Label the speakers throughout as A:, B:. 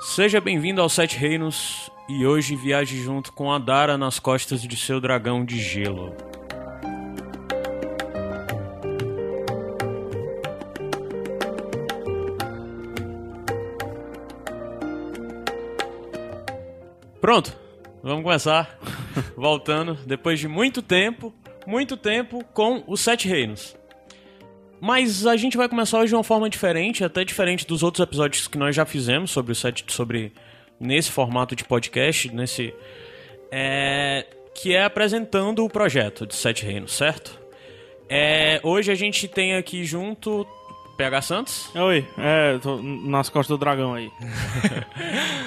A: Seja bem-vindo aos Sete Reinos e hoje viaje junto com Adara nas costas de seu dragão de gelo. Pronto, vamos começar. Voltando, depois de muito tempo, muito tempo com os Sete Reinos. Mas a gente vai começar hoje de uma forma diferente, até diferente dos outros episódios que nós já fizemos sobre o set, sobre nesse formato de podcast, nesse é, que é apresentando o projeto de Sete Reinos, certo? É, hoje a gente tem aqui junto PH Santos
B: Oi, é, tô nas costas do dragão aí.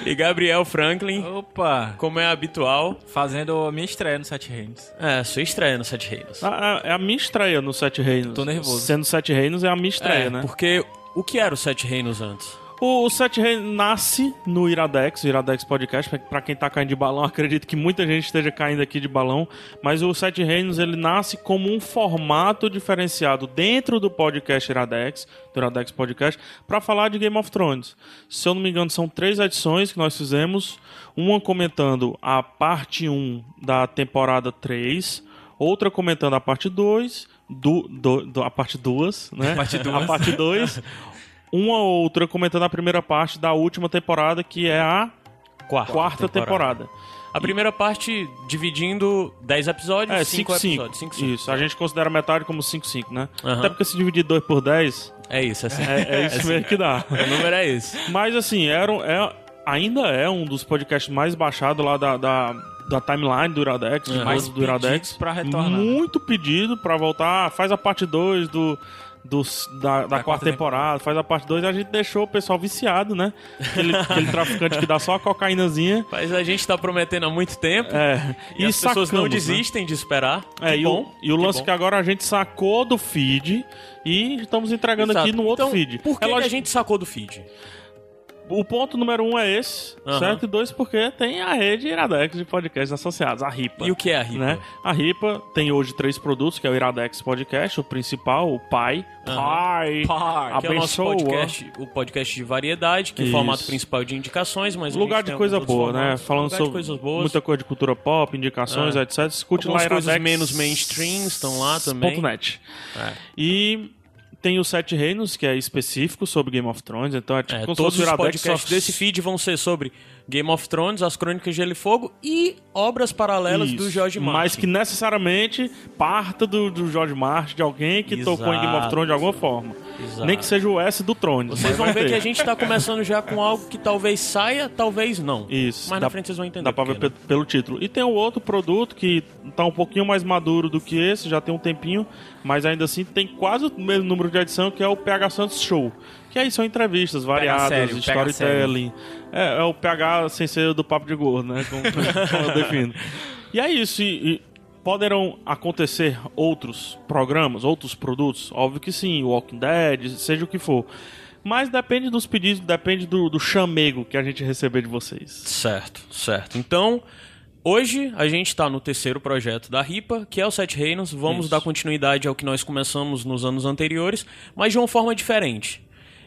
A: e Gabriel Franklin,
C: Opa!
A: como é habitual.
C: Fazendo a minha estreia no Sete Reinos.
A: É, sua estreia no Sete Reinos.
B: A- a- é a minha estreia no Sete Reinos.
C: Tô nervoso.
B: Sendo Sete Reinos é a minha estreia,
A: é,
B: né?
A: porque o que era o Sete Reinos antes?
B: O, o Sete Reinos nasce no Iradex, o Iradex Podcast. pra- Pra quem tá caindo de balão, acredito que muita gente esteja caindo aqui de balão. Mas o Sete Reinos, ele nasce como um formato diferenciado dentro do podcast Iradex, do Iradex Podcast, pra falar de Game of Thrones. Se eu não me engano, são três edições que nós fizemos. Uma comentando a parte 1 da temporada 3, outra comentando a parte 2, do, do- do- a parte 2, né?
C: Parte
B: A
C: duas.
B: parte 2 uma ou outra comentando a primeira parte da última temporada, que é a
A: Quarta,
B: quarta temporada.
A: A primeira parte dividindo 10 episódios,
B: É,
A: 5 episódios.
B: 5-5.
A: cinco, cinco.
B: Isso, a gente considera metade como 5-5, né?
A: Aham.
B: Até porque se dividir 2 por 10,
A: É isso, é, assim.
B: é, é isso mesmo que dá.
A: O número é esse.
B: Mas assim, era, um- é, ainda é um dos podcasts mais baixados lá da, da, da timeline do Iradex, do
C: Mais
B: mundo do Iradex.
C: pedidos pra retornar.
B: Muito pedido pra voltar. Ah, Faz a parte 2 do. Dos, da, da quarta,
C: quarta
B: temporada, faz a parte 2, a gente deixou o pessoal viciado, né? Aquele, aquele traficante que dá só a cocaínazinha.
A: Mas a gente tá prometendo há muito tempo.
B: É,
A: E, as pessoas não
B: sacamos, né?
A: desistem de esperar.
B: É,
A: que
B: e,
A: bom.
B: o, e o
A: que
B: lance
A: bom.
B: que agora a gente sacou do feed e estamos entregando
A: Exato.
B: aqui no outro
A: então,
B: feed.
A: Por que,
B: É
A: que
B: lógico-
A: a gente sacou do feed?
B: O ponto número um é esse,
A: Aham.
B: certo? E dois, porque tem a rede Iradex de podcasts associados, a RIPA.
A: E o que é a RIPA?
B: Né? A RIPA tem hoje três produtos, que é o Iradex Podcast, o principal, o Pai. Pai!
C: Par.
A: Que é o nosso
B: Abençoa.
A: podcast, o podcast de variedade, que é o
B: Isso.
A: formato principal de indicações, mas a gente
B: Lugar
A: tem
B: de
A: alguns
B: coisa
A: outros
B: boa, né?
A: formatos.
B: Falando
A: Lugar de
B: sobre
A: coisas boas. É.
B: muita coisa de cultura pop, indicações, etc. Escute
A: Algumas
B: lá
A: coisas
B: Iradex
A: menos mainstream estão lá também.
B: ponto .net.
A: É.
B: E tem o Sete Reinos, que é específico sobre Game of Thrones, então é tipo
A: É,
B: como se
A: todos
B: fosse o
A: os
B: Iradex,
A: podcasts
B: só-
A: desse feed vão ser sobre Game of Thrones, As Crônicas de Gelo e Fogo e obras paralelas
B: Isso.
A: do George Martin.
B: Mas que necessariamente parta do, do George Martin, de alguém que tocou em Game of
A: Exato.
B: Thrones de alguma forma.
A: Exato.
B: Nem que seja o S do né? Throne.
A: Vocês
B: mas
A: vão
B: vai
A: ver
B: ter.
A: que a gente tá começando já com algo que talvez saia, talvez não.
B: Isso.
A: Mas
B: Dá-
A: na frente vocês vão entender. né?
B: Dá pra ver
A: porque,
B: pe- pelo título. E tem o outro produto que tá um pouquinho mais maduro do que esse, já tem um tempinho, mas ainda assim tem quase o mesmo número de edição, que é o PH Santos Show. Que aí são entrevistas variadas,
C: sério, pega
B: storytelling. É, é o PH sem ser do papo de gordo, né? Como, como eu defino. E é isso. E, e poderão acontecer outros programas, outros produtos? Óbvio que sim, Walking Dead, seja o que for. Mas depende dos pedidos, depende do, do chamego que a gente receber de vocês.
A: Certo, certo. Então, hoje a gente está no terceiro projeto da RIPA, que é o Sete Reinos. Vamos
B: Isso.
A: dar continuidade ao que nós começamos nos anos anteriores, mas de uma forma diferente.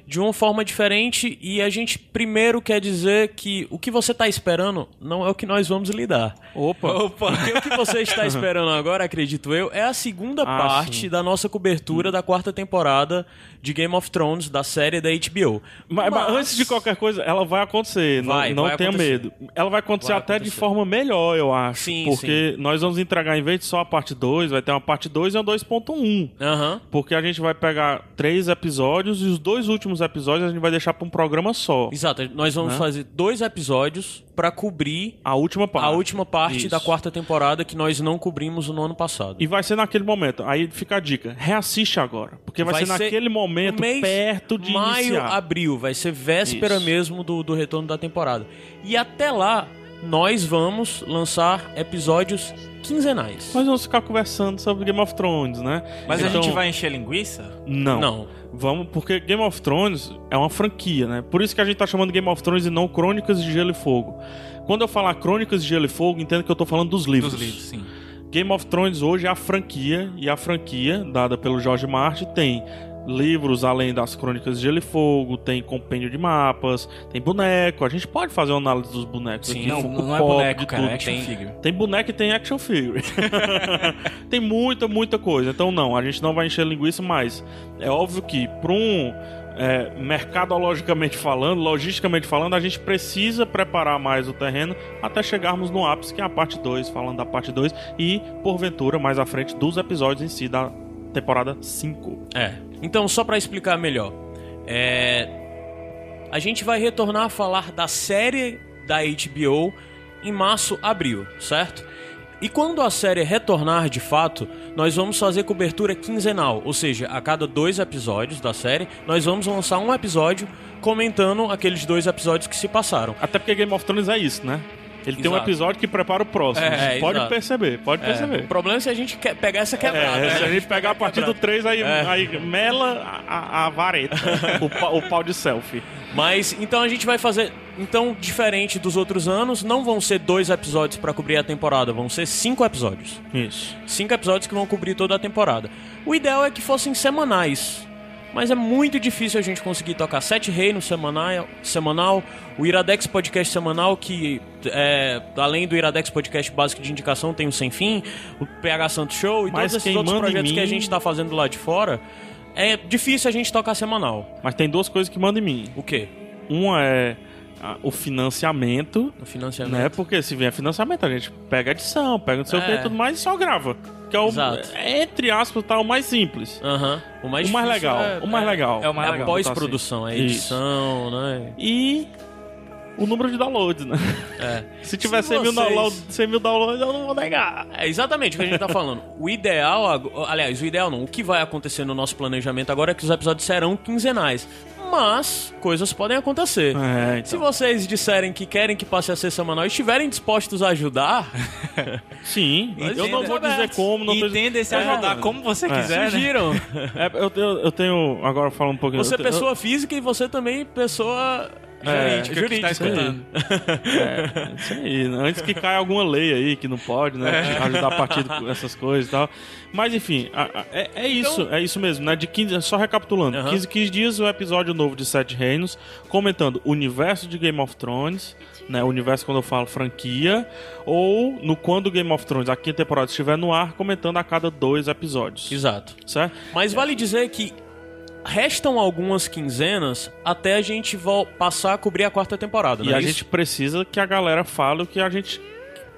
A: De uma forma diferente, e a gente primeiro quer dizer que o que você está esperando não é o que nós vamos lidar.
B: Opa!
C: Opa!
A: Porque o que você está esperando agora, acredito eu, é a segunda
B: Ah,
A: parte
B: sim.
A: da nossa cobertura da quarta temporada de Game of Thrones, da série da HBO.
B: Mas, mas antes de qualquer coisa, ela vai acontecer. não-
A: Vai,
B: não
A: vai
B: tenha
A: acontecer.
B: medo. Ela vai acontecer
A: Vai
B: até de
A: acontecer.
B: forma melhor, eu acho.
A: Sim,
B: porque nós vamos entregar, em vez de só a parte 2, vai ter uma parte 2 e uma 2.1.
A: Aham.
B: Porque a gente vai pegar três episódios e os dois últimos episódios a gente vai deixar pra um programa só.
A: Exato, nós vamos
B: Né?
A: fazer dois episódios pra cobrir
B: A última parte.
A: a última parte
B: Ah, Isso.
A: da quarta temporada que nós não cobrimos no ano passado.
B: E vai ser naquele momento. Aí fica a dica. Reassiste agora. Porque vai, ser, naquele momento,
A: um mês,
B: perto de
A: maio,
B: iniciar.
A: abril, vai ser véspera
B: Isso.
A: mesmo do, do retorno da temporada. E até lá, nós vamos lançar episódios quinzenais.
B: Nós vamos ficar conversando sobre Game of Thrones, né?
C: Mas a
B: Então-
C: gente vai encher linguiça?
B: Não.
A: Não.
B: Vamos, porque Game of Thrones é uma franquia, né? Por isso que a gente tá chamando Game of Thrones e não Crônicas de Gelo e Fogo. Quando eu falar Crônicas de Gelo e Fogo, entendo que eu tô falando dos livros.
C: Dos livros, sim.
B: Game of Thrones hoje é a franquia, e a franquia, dada pelo George Martin, tem livros além das crônicas de Gelo e Fogo, tem compêndio de mapas, tem boneco. A gente pode fazer uma análise dos bonecos
C: Sim,
B: aqui.
C: não,
B: Funko
C: não é
B: Pop,
C: boneco,
B: de
C: cara,
B: tudo.
C: é action
B: tem,
C: figure.
B: tem boneco e tem action figure. tem muita, muita coisa. Então, não, a gente não vai encher linguiça, mas é óbvio que para um. é, mercadologicamente falando, logisticamente falando, a gente precisa preparar mais o terreno até chegarmos no ápice, que é a parte 2, falando da parte 2, e porventura mais à frente dos episódios em si da temporada 5.
A: É. Então, só pra explicar melhor, é... a gente vai retornar a falar da série da HBO em março, abril, certo? E quando a série retornar de fato, nós vamos fazer cobertura quinzenal, ou seja, a cada dois episódios da série, nós vamos lançar um episódio comentando aqueles dois episódios que se passaram.
B: Até porque Game of Thrones é isso, né? Ele tem um
A: Exato.
B: episódio que prepara o próximo.
A: É, é,
B: pode
A: exato.
B: perceber, pode
A: É, o
B: perceber.
A: problema é se a gente quer pegar essa quebrada.
B: É,
A: né?
B: se a gente pegar a partir do 3, aí,
A: É.
B: aí mela a, a- a vareta, o, pa- o pau de selfie.
A: Mas então a gente vai fazer. Então, diferente dos outros anos, não vão ser dois episódios pra cobrir a temporada, vão ser cinco episódios.
B: Isso.
A: Cinco episódios que vão cobrir toda a temporada. O ideal é que fossem semanais. Mas é muito difícil a gente conseguir tocar Sete Reinos semanal, semanal o Iradex Podcast semanal, que é, além do Iradex Podcast básico de indicação tem o Sem Fim, o PH Santo Show e
B: Mas
A: todos esses
B: quem
A: outros
B: manda em
A: projetos que a
B: mim-
A: gente tá fazendo lá de fora. É difícil a gente tocar semanal.
B: Mas tem duas coisas que mandam em mim.
A: O quê?
B: Uma é ah, o financiamento,
A: No financiamento.
B: né? Porque se vier financiamento, a gente pega edição, pega não sei o que
A: É.
B: e tudo mais e só grava. Que é o,
A: Exato.
B: é, entre aspas, tá, o mais simples.
A: Aham. O mais,
B: o mais
A: difícil
B: legal.
A: É,
B: o mais
A: é-
B: legal. assim.
C: é o mais
A: é a
C: legal,
A: pós-produção, é a edição, né?
B: E o número de downloads, né?
A: É.
B: Se tiver
A: Se
B: 100, mil
A: vocês-
B: downloads, 100 mil downloads, eu não vou negar.
A: É exatamente o que a gente tá falando. O ideal, ag- aliás, o ideal não. O que vai acontecer no nosso planejamento agora é que os episódios serão quinzenais. Mas coisas podem acontecer.
B: É,
A: Se
B: então.
A: vocês disserem que querem que passe a ser semanal e estiverem dispostos a ajudar,
B: Sim,
A: Nós
B: eu não
A: ainda
B: vou dizer
A: abertos.
B: como, não tô dizendo-
C: Entenda esse
B: É,
C: ajudar como você quiser, né?
A: surgiram.
B: É, eu, eu, eu tenho. Agora falando um pouquinho.
A: Você é
B: eu tenho-
A: pessoa física e você também pessoa
B: É,
A: jurídica.
C: que
A: jurídica.
C: tá escutando.
B: É, isso aí. né? Antes que caia alguma lei aí que não pode, né?
A: É.
B: Ajudar partido com essas coisas e tal. Mas enfim, a- a- é, é isso, é isso mesmo, né? De 15, só recapitulando,
A: Então Aham.
B: 15, 15 dias, um episódio novo de Sete Reinos, comentando o universo de Game of Thrones, né? O universo quando eu falo franquia, ou no quando Game of Thrones, a quinta temporada estiver no ar, comentando a cada dois episódios.
A: Exato.
B: Certo?
A: Mas vale dizer que restam algumas quinzenas até a gente vol- passar a cobrir a quarta temporada,
B: E
A: não é
B: a
A: isso?
B: gente precisa que a galera fale o que a gente.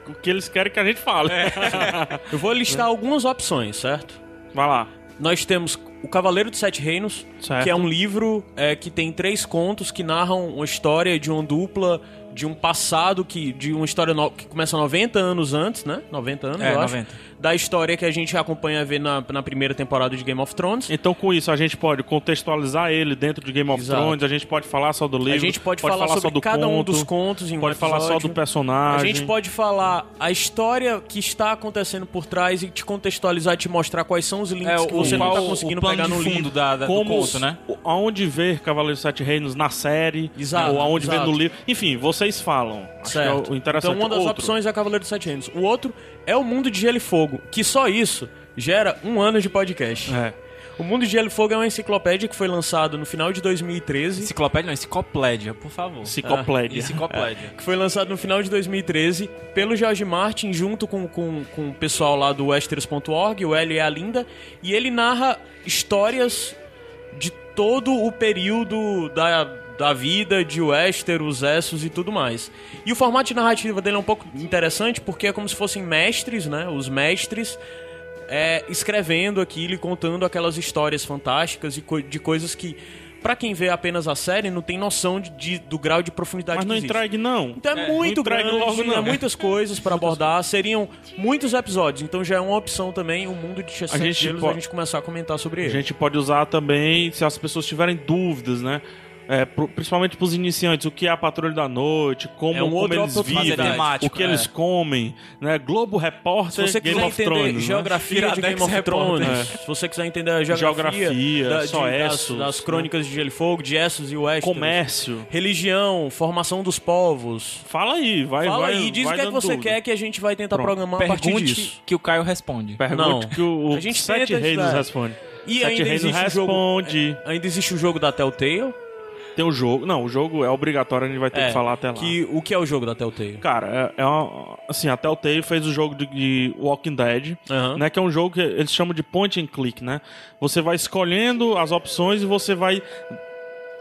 B: O que eles querem que a gente fale.
A: É. Eu vou listar
B: Hum.
A: algumas opções, certo?
B: Vai lá.
A: Nós temos O Cavaleiro dos Sete Reinos,
B: Certo.
A: que é um livro é, que tem três contos que narram uma história de uma dupla, de um passado, que de uma história no- que começa 90 anos antes, né? 90 anos,
C: É,
A: eu acho.
C: 90.
A: Da história que a gente acompanha a ver na, na primeira temporada de Game of Thrones.
B: Então, com isso, a gente pode contextualizar ele dentro de Game of
A: Exato.
B: Thrones, a gente pode falar só do livro,
A: a gente pode, falar,
B: só
A: sobre
B: do
A: cada um
B: conto,
A: dos contos em um
B: pode falar só
A: episódio.
B: do personagem.
A: A gente pode falar a história que está acontecendo por trás e te contextualizar, te mostrar quais são os links
C: É,
A: que você não
C: qual-
A: está conseguindo
C: o plano
A: pegar
C: de
A: no
C: fundo
A: livro.
C: da, da, do
B: como
C: conto, né?
B: o- aonde ver Cavaleiro dos Sete Reinos na série,
A: Exato,
B: ou aonde ver
A: exato.
B: no livro. Enfim, vocês falam. Acho que é
A: Certo.
B: o interessante.
A: Então uma das
B: Outro,
A: opções é Cavaleiro dos Sete Reinos. O outro é o Mundo de Gelo e Fogo, que só isso gera um ano de podcast.
B: É.
A: O Mundo de Gelo e Fogo é uma enciclopédia que foi lançado no final de 2013.
C: Enciclopédia não, enciclopédia, por favor. É,
B: Psicoplédia.
C: Enciclopédia.
A: Que foi lançado no final de 2013 pelo George Martin, junto com, com, com o pessoal lá do Westeros.org, o L é a Linda, e ele narra histórias de todo o período da, da vida de Westeros, Essos e tudo mais. E o formato de narrativa dele é um pouco interessante porque é como se fossem mestres, né? Os mestres é, escrevendo aquilo e contando aquelas histórias fantásticas e co- de coisas que. Pra quem vê apenas a série, não tem noção de, de- do grau de profundidade
B: Mas
A: que
B: não
A: existe.
B: entregue, não.
A: Então é,
B: não
A: muito
B: entregue
A: grande,
B: logo, não.
A: é muitas coisas pra abordar, seriam muitos episódios, então já é uma opção também o mundo de Chessel
B: gente
A: Gelos
B: po-
A: a gente começar a comentar sobre
B: A
A: ele.
B: gente pode usar também se as pessoas tiverem dúvidas, né? É, pro- principalmente para os iniciantes, o que é a patrulha da noite, como,
A: É um
B: como
A: outro
B: eles
A: outro-
B: vivem,
A: fazer
B: o
C: temático,
B: que
C: é.
B: eles comem, né? Globo
A: Se
B: Repórter,
A: você
B: Game
A: quiser
B: of
A: entender
B: Thrones, né?
A: geografia de
C: Iradex
A: Game of
C: Repórter.
A: Thrones, se você quiser entender a geografia,
B: Geografia,
A: da- de-
B: só
A: das,
B: Essos,
A: das
B: né?
A: crônicas de Gelo e Fogo, de Essos e Westeros,
B: comércio.
A: religião, formação dos povos.
B: Fala aí, vai,
A: Fala
B: vai,
A: aí, diz o
B: vai
A: que é que
B: dando
A: você
B: dúvida.
A: quer que a gente vai tentar
B: Pronto.
A: programar a partir disso.
C: Pergunte que o Caio responde.
B: Pergunte
A: Não.
B: que o, o
A: A gente
B: Sete
A: tenta
B: Reis nos
A: ajudar.
B: responde.
A: E
B: Sete
A: ainda
B: Reinos
A: existe, o jogo,
B: responde.
A: ainda existe o jogo da Telltale.
B: Tem o jogo. Não, o jogo é obrigatório, a gente vai ter
A: É,
B: que falar até lá.
A: Que, o que é o jogo da Telltale?
B: Cara, é, é uma, assim, até o Telltale fez o jogo de, de Walking Dead,
A: Aham.
B: né? Que é um jogo que eles chamam de point and click, né? Você vai escolhendo as opções e você vai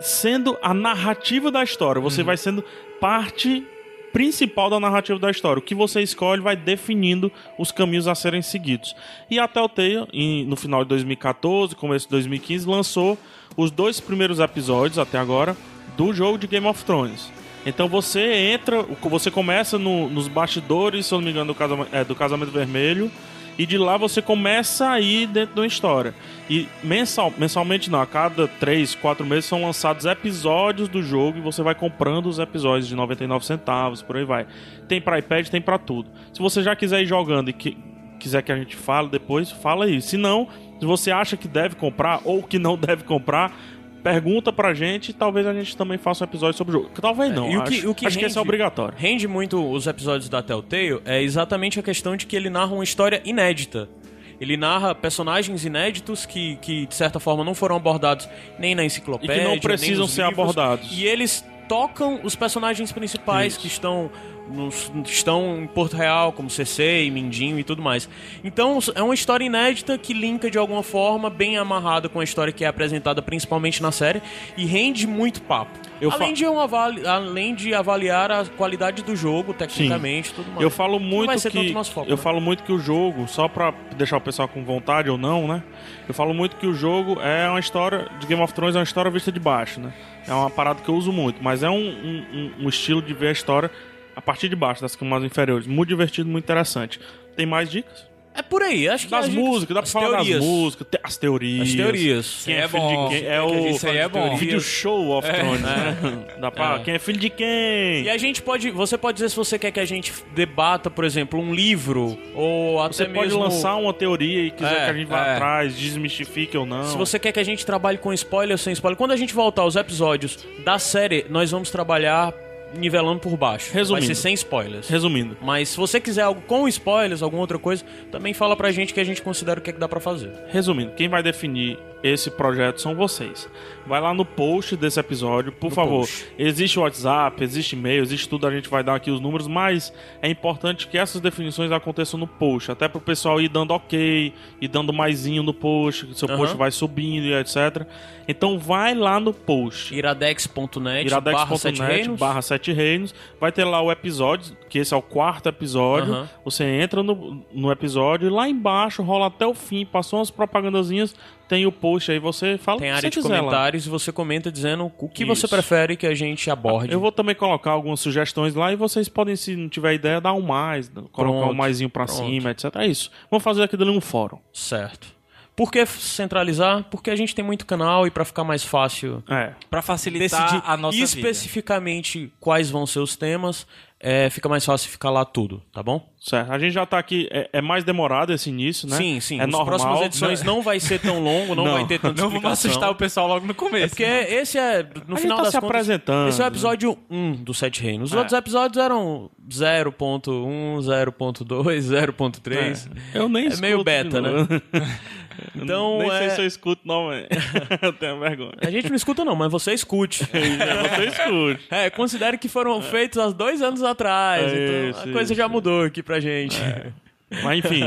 B: sendo a narrativa da história. Você vai sendo parte principal da narrativa da história. O que você escolhe vai definindo os caminhos a serem seguidos. E a Telltale, em- no final de 2014, começo de 2015, lançou os dois primeiros episódios, até agora, do jogo de Game of Thrones. Então você entra, você começa no- nos bastidores, se eu não me engano, do Casamento, do casamento Vermelho, e de lá você começa a ir dentro de uma história. E mensal, mensalmente não, a cada 3, 4 meses são lançados episódios do jogo e você vai comprando os episódios de 99 centavos, por aí vai. Tem pra iPad, tem pra tudo. Se você já quiser ir jogando e que- quiser que a gente fale depois, fala aí. Se não, se você acha que deve comprar ou que não deve comprar, pergunta pra gente e talvez a gente também faça um episódio sobre o jogo. Talvez não,
A: e o
B: acho,
A: que- o que
B: acho que esse
A: rende-
B: é obrigatório.
A: Rende muito os episódios da Telltale é exatamente a questão de que ele narra uma história inédita. Ele narra personagens inéditos que, que de certa forma, não foram abordados nem na
B: E
A: enciclopédia.
B: que não
A: nem
B: precisam
A: nos
B: ser
A: livros.
B: abordados.
A: E eles tocam os personagens principais
B: Isso.
A: que estão, nos- estão em Porto Real, como CC, Mindinho e tudo mais. Então é uma história inédita que linka de alguma forma, bem amarrada com a história que é apresentada principalmente na série, e rende muito papo.
B: Eu fa-
A: além, de um avali- além de avaliar a qualidade do jogo, tecnicamente, tudo mais.
B: Eu falo muito
A: vai ser
B: que
A: tanto nosso foco,
B: eu
A: né?
B: falo muito que o jogo, só pra deixar o pessoal com vontade ou não, né? Eu falo muito que o jogo é uma história de Game of Thrones é uma história vista de baixo, né? É uma parada que eu uso muito, mas é um, um- um- um estilo de ver a história a partir de baixo, das camadas inferiores. Muito divertido, muito interessante. Tem mais dicas?
A: É por aí, acho que
B: Das
A: a gente-
B: músicas, dá pra
A: as
B: falar
A: teorias.
B: das músicas, te- as teorias.
A: As teorias.
B: Quem é,
C: É
B: filho
C: bom.
B: de quem? É
C: Que a
B: o
C: gente fala de
B: é
C: teorias.
B: vídeo show of Thrones, né? Dá pra...
A: É.
B: Quem é filho de quem?
A: E a gente pode. Você pode dizer se você quer que a gente debata, por exemplo, um livro ou até
B: Você
A: É mesmo.
B: pode lançar uma teoria e quiser
A: É,
B: que a gente vá
A: é.
B: atrás, desmistifique ou não.
A: Se você quer que a gente trabalhe com spoiler ou sem spoiler, quando a gente voltar aos episódios da série, nós vamos trabalhar nivelando por baixo.
B: Resumindo.
A: Vai ser sem spoilers.
B: Resumindo,
A: Mas se você quiser algo com spoilers, alguma outra coisa, também fala pra gente que a gente considera o que, é que dá pra fazer.
B: resumindo, quem vai definir esse projeto são vocês. Vai lá no post desse episódio, por favor.
A: post.
B: Existe WhatsApp, existe e-mail, existe tudo, a gente vai dar aqui os números, mas é importante que essas definições aconteçam no post, até pro pessoal ir dando ok, ir dando maisinho no post, seu
A: Aham.
B: post vai subindo e etc. Então vai lá no post.
A: iradex.net barra sete
B: iradex.net
A: reinos.
B: barra sete reinos. Vai ter lá o episódio, que esse é o quarto episódio.
A: Aham.
B: Você entra no, no episódio e lá embaixo rola até o fim. Passou umas propagandazinhas, tem o post aí. Você fala
A: Tem
B: o que
A: área
B: você
A: de
B: quiser lá.
A: comentários e você comenta dizendo o que você
B: Isso.
A: prefere que a gente aborde.
B: Eu vou também colocar algumas sugestões lá e vocês podem, se não tiver ideia, dar um mais, colocar um
A: Pronto,
B: maisinho pra
A: pronto.
B: cima, etc. É isso. Vamos fazer aqui dali um fórum.
A: Certo. Por que centralizar? Porque a gente tem muito canal e pra ficar mais fácil
B: É.
C: Pra facilitar
A: decidir
C: a nossa vida.
A: especificamente quais vão ser os temas, é, fica mais fácil ficar lá tudo, tá bom?
B: Certo. A gente já tá aqui. É, é mais demorado esse início, né?
A: Sim, sim.
B: É
A: As
B: normal.
A: próximas edições não vai ser tão longo, não,
B: Não.
A: vai ter tanta
C: Não vamos
A: explicação.
C: assustar o pessoal logo no
A: É
C: começo.
A: porque esse é, no
B: A gente
A: final
B: tá
A: das
B: se
A: contas,
B: apresentando, É.
A: esse é o
B: né?
A: episódio 1 do Sete Reinos. Os outros episódios eram 0.1, 0.2, 0.3.
B: Eu nem
A: É meio
B: escuto
A: beta,
B: de novo.
A: Então,
B: Nem
A: é-
B: sei se eu escuto, não, mas eu tenho vergonha.
A: A gente não escuta não, mas você escute.
B: Você escute.
A: É, considere que foram feitos há dois anos atrás.
B: É
A: então
B: isso,
A: a coisa
B: isso.
A: já mudou aqui pra gente.
B: Mas enfim.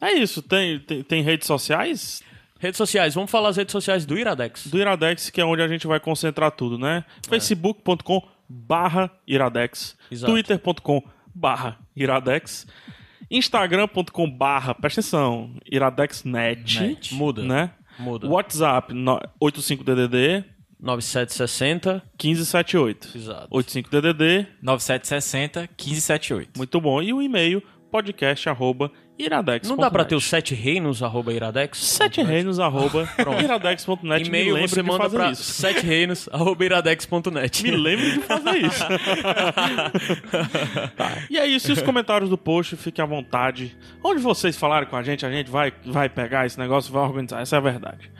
B: É isso. Tem, tem, tem redes sociais
A: Redes sociais, vamos falar as redes sociais do Iradex.
B: do Iradex, que é onde a gente vai concentrar tudo, né?
A: É.
B: facebook.com barra Iradex.
A: Exato.
B: twitter.com barra Iradex. Instagram.com barra, presta atenção, Iradexnet.
C: Net.
A: Muda.
B: Né?
A: Muda.
B: WhatsApp no- 85DDD
A: 9760.
B: 1578.
A: Exato.
B: 85DDD
C: 9760 1578.
B: Muito bom. E o e-mail, podcast, arroba, iradex.
A: Não dá pra ter os sete reinos, arroba Iradex?
B: Sete reinos, arroba, iradex.net.
A: E-mail
B: Me
A: você
B: lembre de
A: manda
B: fazer
A: pra
B: isso.
A: sete reinos, arroba iradex.net.
B: Me lembre de fazer isso. Tá. E é isso. E os comentários do post, fiquem à vontade. Onde vocês falarem com a gente, a gente vai, vai pegar esse negócio e vai organizar. Essa é a verdade.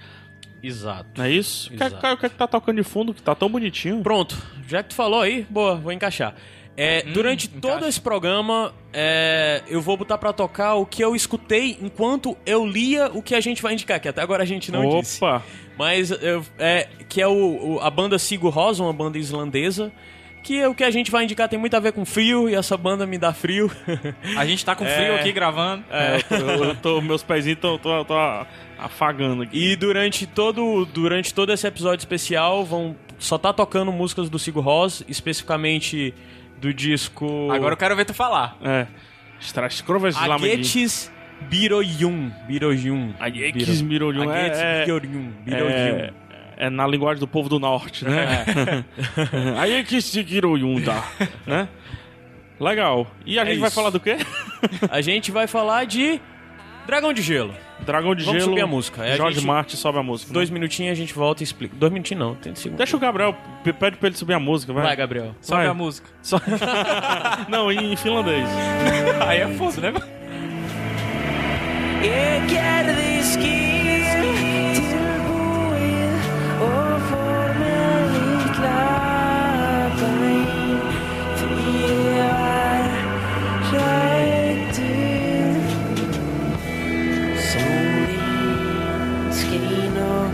A: Exato.
B: Não é isso? O que,
A: Exato.
B: Caio, o que é que tá tocando de fundo que tá tão bonitinho?
A: Pronto, já que tu falou aí, boa, vou encaixar. É, durante todo
C: Hum, encaixa.
A: esse programa, é, eu vou botar pra tocar o que eu escutei enquanto eu lia o que a gente vai indicar, que até agora a gente não disse.
B: Opa!
A: Mas eu- é que é o, o- a banda Sigur Rós, uma banda islandesa, que é o que a gente vai indicar tem muito a ver com frio e essa banda me dá frio.
C: A gente tá com frio aqui gravando.
B: É, eu tô- eu, eu tô- meus pezinhos estão tô, tô afagando aqui.
A: e durante todo durante todo esse episódio especial vão só tá tocando músicas do Sigur Rós, especificamente do
B: Tipo,
A: disco
C: Agora eu quero ver tu falar.
B: É. Strascrovas Lamedin.
A: Agetis Biroyun, Biroyun.
B: Aguetes Mirolhum. É,
A: Agetis
B: é,
A: Biroyun, Biroyun.
B: é,
A: um.
B: é na linguagem do povo do norte, né?
A: É.
B: Aguetes Mirolhum, tá? Né? Legal. E a gente vai
A: É isso.
B: falar do quê?
A: A gente vai falar de Dragão de Gelo.
B: Dragão de
A: Vamos
B: Gelo.
A: subir a música. É, a
B: Jorge
A: gente-
B: Martin sobe a música. né?
A: Dois minutinhos a gente volta e explica. Dois minutinhos não, tem segundos.
B: Deixa o Gabriel, p- pede pra ele subir a música, vai.
A: Vai, Gabriel.
C: Sobe
B: Vai.
C: a música.
B: Só- Não, em finlandês.
C: Aí é foda, né?
D: Ég gerði skýr tilbúið og fór með litla bæn því ég var hrættur. Sólin skín og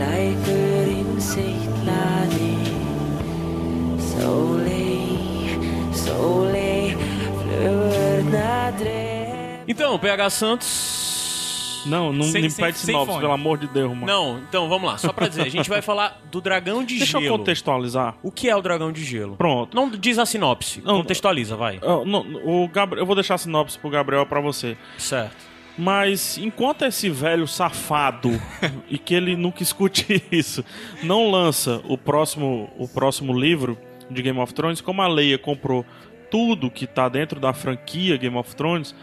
D: lækurinn seittlaði. Sólei, sólei, flugurna dreif.
A: Então, PH Santos.
B: Não, não
C: Sem-
B: me
C: sem-
B: pede
C: sem
B: sinopse,
C: fone.
B: pelo amor de Deus, mano.
A: Não, então vamos lá. Só pra dizer, a gente vai falar do Dragão de
B: Deixa eu
A: Gelo.
B: contextualizar.
A: O que é o Dragão de Gelo?
B: Pronto.
A: Não diz a sinopse.
B: Não.
A: Contextualiza, vai.
B: Eu, não, o Gabriel, eu vou deixar a sinopse pro Gabriel pra você.
A: Certo.
B: Mas enquanto esse velho safado e que ele nunca escute isso, não lança o próximo, o próximo livro de Game of Thrones, como a Leia comprou tudo que tá dentro da franquia Game of Thrones,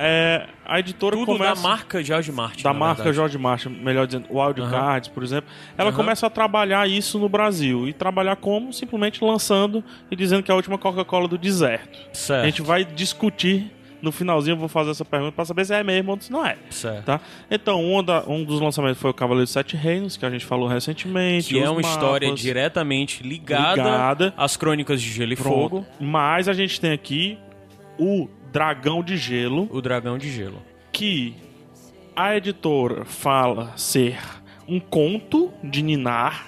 B: é, a editora
A: Tudo
B: começa
A: da marca George Martin.
B: da
A: na
B: marca
A: verdade.
B: George Martin, melhor dizendo, Wildcards,
A: Aham.
B: Cards, por exemplo, ela
A: Aham.
B: começa a trabalhar isso no Brasil. E trabalhar como? Simplesmente lançando e dizendo que é a última Coca-Cola do deserto. A
A: Certo.
B: gente vai discutir no finalzinho, eu vou fazer essa pergunta pra saber se é mesmo ou se não é.
A: Certo.
B: Tá? Então, um, da- um dos lançamentos foi o Cavaleiro dos Sete Reinos, que a gente falou recentemente.
A: Que é
B: os
A: uma história
B: mapas.
A: diretamente ligada,
B: Ligada.
A: às crônicas de Gelo e
B: Pronto.
A: Fogo.
B: Mas a gente tem aqui o Dragão de Gelo,
A: O Dragão de Gelo.
B: que a editora fala ser um conto de Ninar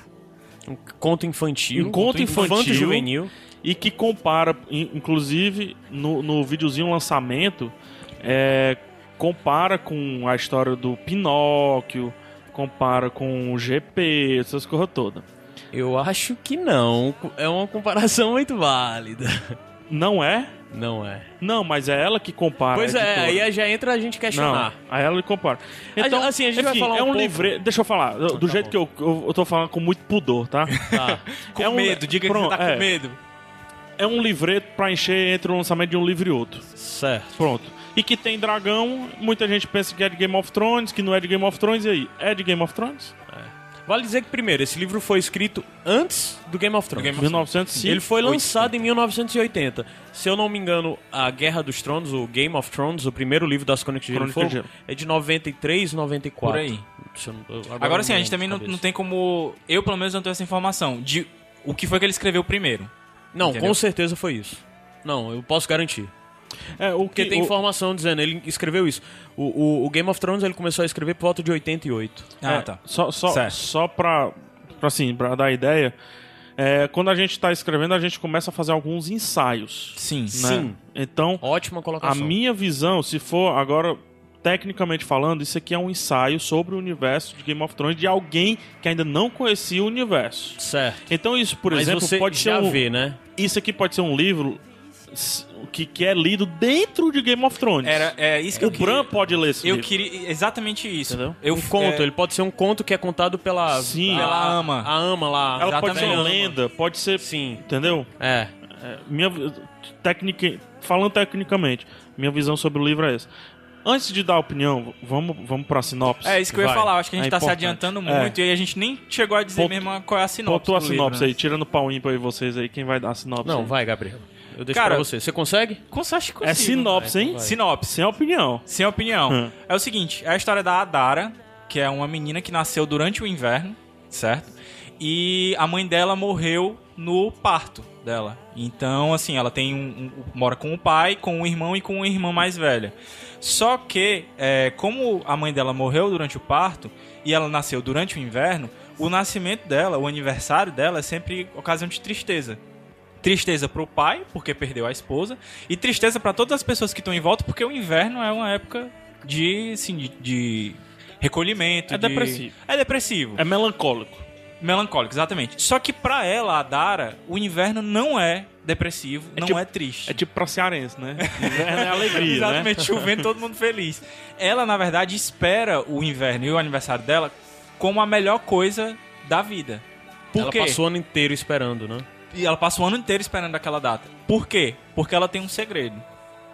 A: Um conto infantil.
B: Um conto infantil.
A: juvenil.
B: e que compara, in- inclusive no, no videozinho lançamento, é, compara com a história do Pinóquio, compara com o GP, essas coisas todas.
A: Eu acho que não. É uma comparação muito válida.
B: Não é?
A: Não é.
B: Não, mas é ela que compara.
A: pois
B: a
A: é,
B: editora.
A: aí já entra a gente questionar.
B: Não, aí ela compara. Então,
A: A- assim, a gente vai
B: enfim,
A: falar um
B: é um
A: pouco-
B: livre. Deixa eu falar, do
A: tá
B: jeito que eu, eu, eu tô falando com muito pudor, tá?
A: Tá.
C: Com
B: É um-
C: medo, diga
B: Pronto,
C: que você tá
B: é.
C: com medo.
B: É um livreto pra encher entre o lançamento de um livro e outro.
A: Certo.
B: Pronto. E que tem dragão, muita gente pensa que é de Game of Thrones, que não é de Game of Thrones, e aí? É de Game of Thrones?
A: Vale dizer que, primeiro, esse livro foi escrito antes do Game of Thrones.
C: Game of-
B: 1905.
A: Ele foi lançado em 1980. Se eu não me engano, a Guerra dos Tronos, o Game of Thrones, o primeiro livro das Crônicas de Gelo e
B: Crônica de
A: Fogo, é de 93, 94.
C: Por aí.
A: Se eu não- eu- eu
C: Agora sim,
A: não
C: a
A: lembro
C: gente
A: de
C: também não,
A: cabeça.
C: não tem como. Eu, pelo menos, não tenho essa informação de o que foi que ele escreveu primeiro.
A: Não,
C: Entendeu?
A: com certeza foi isso. Não, eu posso garantir.
B: É, o
A: Porque
B: que
A: tem
B: o-
A: informação dizendo, ele escreveu isso. O, o- o Game of Thrones ele começou a escrever por volta de 88.
C: Ah,
B: é,
C: tá.
B: Só, só,
C: Certo.
B: só pra, pra, assim, pra dar ideia, é, quando a gente tá escrevendo, a gente começa a fazer alguns ensaios.
C: Sim.
B: né?
A: Sim.
B: Então,
A: Ótima
B: a
A: colocação.
B: minha visão, se for agora tecnicamente falando, isso aqui é um ensaio sobre o universo de Game of Thrones de alguém que ainda não conhecia o universo.
A: Certo.
B: Então isso, por
A: Mas
B: exemplo,
A: você
B: pode ser
A: já
B: um,
A: vê, né?
B: isso aqui pode ser um livro s- que, que é lido dentro de Game of Thrones.
C: Era, é isso que
B: o
C: eu queria-
B: Bran pode ler esse
C: Eu
B: livro.
C: queria. Exatamente isso.
B: Entendeu?
C: Eu
A: um conto,
C: é,
A: ele pode ser um conto que é contado pela
B: Sim.
A: pela
C: Pela ama.
B: Ah,
A: A ama lá.
B: Ela pode ser uma
A: Exatamente.
B: lenda, pode ser...
A: Sim.
B: Entendeu?
C: um-
A: É.
B: É, minha, técnica, falando tecnicamente, minha visão sobre o livro é essa. Antes de dar opinião, vamos, vamos pra sinopse.
C: É isso que eu ia
A: Vai.
C: falar. eu Acho que a gente
B: É
C: tá se
B: importante.
C: adiantando
B: É.
C: muito e aí a gente nem chegou a dizer
B: Pontu-
C: mesmo qual é a sinopse.
B: Pontua a
C: do livro,
B: sinopse
C: né?
B: aí, tirando o pau ímpar aí vocês aí, quem vai dar a sinopse?
A: Não,
B: aí?
A: vai, Gabriel. Eu deixo
C: Cara,
A: pra você. Você consegue?
C: Cons- acho que
B: É
C: consigo. né?
B: sinopse, hein?
A: vai.
C: Sinopse.
B: Sem opinião.
C: Sem opinião.
B: Hum.
C: É o seguinte, é a história da Adara, que é uma menina que nasceu durante o inverno, certo? e a mãe dela morreu no parto dela. Então, assim, ela tem um, um- mora com o pai, com o irmão e com uma irmã mais velha. Só que, é, como a mãe dela morreu durante o parto e ela nasceu durante o inverno, o nascimento dela, o aniversário dela, é sempre ocasião de tristeza. Tristeza pro pai, porque perdeu a esposa, e tristeza pra todas as pessoas que estão em volta, porque o inverno é uma época de, assim, de, de recolhimento.
B: É
C: de-
B: depressivo.
C: É depressivo.
B: É melancólico.
C: Melancólico, exatamente. Só que pra ela, a Dara, o inverno não é depressivo, não
B: tipo-
C: é triste.
B: É tipo pra cearense, né? É alegria, né?
C: exatamente, chovendo, todo mundo feliz. Ela, na verdade, espera o inverno e o aniversário dela como a melhor coisa da vida. Por
A: Ela
C: quê?
A: passou o ano inteiro esperando, né?
C: E ela passa o ano inteiro esperando aquela data. Por quê? Porque ela tem um segredo.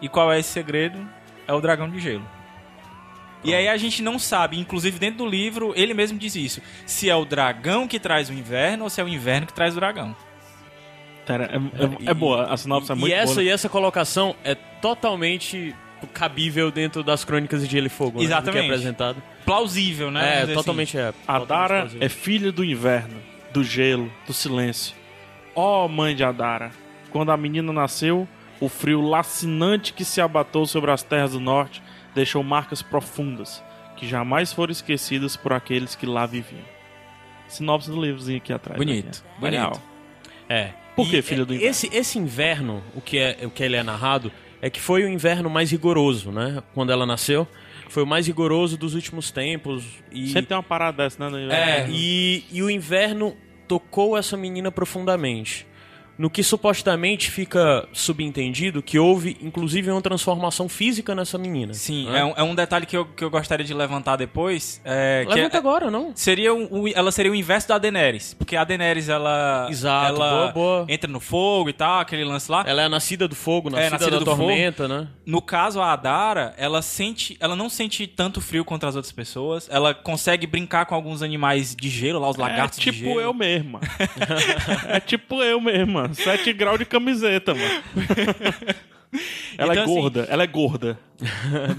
C: E qual é esse segredo? É o dragão de gelo. E aí a gente não sabe, inclusive dentro do livro, ele mesmo diz isso. Se é o dragão que traz o inverno ou se é o inverno que traz o dragão.
B: Cara, é, é- é boa, a sinopse é muito
A: e essa
B: boa.
A: e essa colocação é totalmente cabível dentro das crônicas de Gelo e Fogo, né? Do
C: Exatamente.
A: que é apresentado.
C: Plausível, né? Vamos
A: É,
C: dizer
A: totalmente é.
B: A
A: totalmente
B: Dara
A: plausível.
B: é filha do inverno, do gelo, do silêncio. Ó mãe de Adara, quando a menina nasceu, o frio lacinante que se abateu sobre as terras do norte deixou marcas profundas, que jamais foram esquecidas por aqueles que lá viviam. Sinopse do livrozinho aqui atrás.
C: Bonito,
B: né?
C: bonito.
B: Legal.
A: É.
B: Por que
A: E
B: Filha do
A: é-
B: Inverno?
A: Esse, esse inverno, o que, é, o que ele é narrado, é que foi o inverno mais rigoroso, né? Quando ela nasceu. Foi o mais rigoroso dos últimos tempos. E,
B: Sempre tem uma parada dessa, né? no
A: é,
B: inverno?
A: e, e o inverno tocou essa menina profundamente. No que supostamente fica subentendido que houve, inclusive, uma transformação física nessa menina.
C: Sim,
A: né?
C: é um, é um detalhe que eu, que eu gostaria de levantar depois. É, que
A: Levanta
C: é-
A: agora, não?
C: Seria o, o- ela seria o inverso da Daenerys, porque a Daenerys ela
A: Exato,
C: ela
A: boa, boa.
C: entra no fogo e tal, aquele lance lá.
A: Ela é nascida do fogo, nascida,
C: É, nascida
A: da
C: do fogo.
A: tormenta, né?
C: No caso a Adara, ela sente, ela não sente tanto frio contra as outras pessoas. Ela consegue brincar com alguns animais de gelo lá, os lagartos
B: é
C: de
B: tipo
C: gelo.
B: eu mesma. é tipo eu mesma. 7 graus de camiseta, mano. ela
C: Então,
B: é
C: assim-
B: gorda, ela é gorda.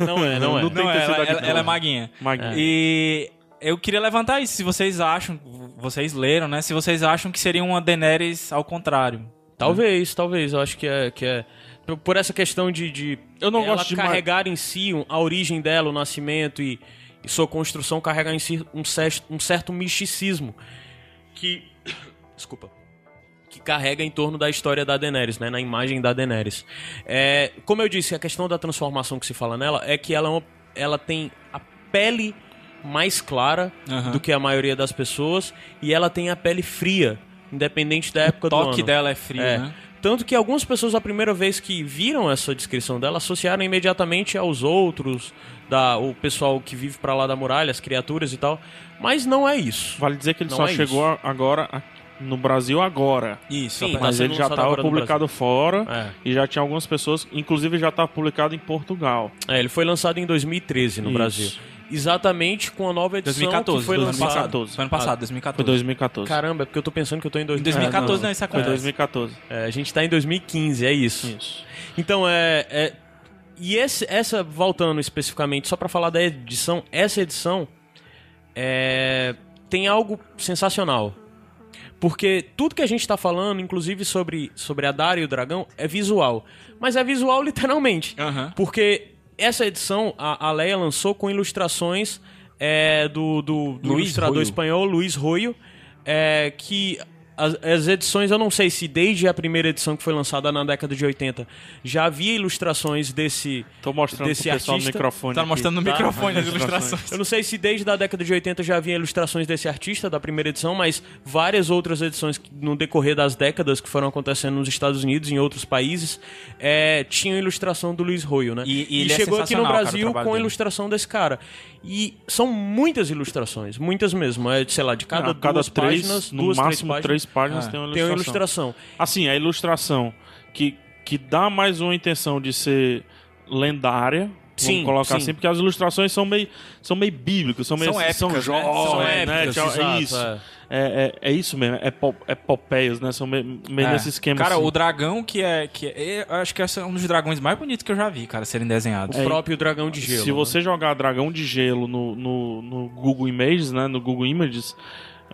A: Não é, não é.
B: Não tem
C: Não, ela,
B: intensidade
C: ela,
B: não.
C: ela é maguinha.
B: Maguinha.
C: E eu queria levantar isso, se vocês acham, vocês leram, né? Se vocês acham que seria uma Daenerys ao contrário.
A: Talvez, talvez. Eu acho que é. Que é por- por essa questão de. de
B: Eu não
A: ela
B: gosto de ma-
A: carregar em si um- a origem dela, o nascimento e, e sua construção, carregar em si um certo, um certo misticismo. Que. Desculpa. Que carrega em torno da história da Daenerys, né? Na imagem da Daenerys. É, como eu disse, a questão da transformação que se fala nela é que ela, é uma- ela tem a pele mais clara
C: Aham.
A: do que a maioria das pessoas e ela tem a pele fria, independente da época
C: O
A: do
C: toque
A: ano.
C: dela é frio,
A: É.
C: né?
A: Tanto que algumas pessoas, a primeira vez que viram essa descrição dela, associaram imediatamente aos outros, da, o pessoal que vive pra lá da muralha, as criaturas e tal. Mas não é isso.
B: Vale dizer que ele
A: Não
B: só
A: é
B: chegou
A: isso.
B: a- agora a- no Brasil agora.
C: Isso,
A: Sim,
C: apesar-
A: mas
B: Mas ele
A: sendo
B: já
A: lançado
B: estava
A: agora no
B: publicado fora
A: É.
B: e já tinha algumas pessoas, inclusive já estava publicado em Portugal.
A: É, ele foi lançado em 2013 no
B: Isso.
A: Brasil. Exatamente com a nova edição
C: 2014,
A: que foi
B: 2014.
A: lançada.
C: Foi ano passado, 2014.
B: Foi 2014.
A: Caramba, é porque eu tô pensando que eu tô em
C: Em
A: 2014.
C: 2014 não,
B: não,
C: isso
B: Foi
C: acontece.
B: 2014.
A: É, a gente tá em 2015, é isso.
B: Isso.
A: Então, é. é- e esse- essa, voltando especificamente, só pra falar da edição, essa edição é, tem algo sensacional. Porque tudo que a gente tá falando, inclusive sobre, sobre a Dara e o Dragão, é visual. Mas é visual literalmente.
C: Aham. Tá
A: Porque essa edição a, a Leia lançou com ilustrações é, do, do, do
C: Luiz
A: ilustrador
C: Royo.
A: espanhol Luiz Royo, é, que as, as edições, eu não sei se desde a primeira edição que foi lançada na década de 80 já havia ilustrações desse,
B: Tô mostrando
A: desse
B: pro pessoal
A: artista.
B: no microfone.
C: Tá
B: aqui.
C: mostrando no
A: tá?
C: microfone as ilustrações.
A: Eu não sei se desde a década de 80 já havia ilustrações desse artista da primeira edição, mas várias outras edições que, no decorrer das décadas que foram acontecendo nos Estados Unidos e em outros países é, tinham ilustração do Luiz Royo, né?
C: E- e ele é
A: chegou aqui no
C: sensacional, cara, o
A: Brasil
C: trabalho
A: com a
C: dele.
A: ilustração desse cara. E são muitas ilustrações, muitas mesmo. É, sei lá, de cada,
B: a cada
A: duas
B: três,
A: páginas,
B: no
A: duas,
B: máximo
A: três páginas, É.
B: três páginas,
C: Ah.
B: tem uma
A: tem uma
B: ilustração.
A: ilustração.
B: Assim, a ilustração que, que dá mais uma intenção de ser lendária.
A: Sim,
B: vamos colocar
A: sim.
B: assim, porque as ilustrações são meio, são meio bíblicas, são meio
C: São
B: assim,
C: épicas,
B: são
C: né?
B: jovens,
C: São
B: né?
A: épicas,
B: Tchau,
A: exato,
B: é isso.
A: é.
B: É. é- é isso mesmo, é, pop, é popeias, né? São meio, meio
C: É.
B: nesse esquema.
C: Cara,
B: assim.
C: o dragão que é. Que é eu acho que esse é um dos dragões mais bonitos que eu já vi, cara, serem desenhados.
B: É.
A: O próprio Dragão de Gelo. né?
B: Se você jogar Dragão de Gelo no, no, no Google né, Images, né? No Google Images,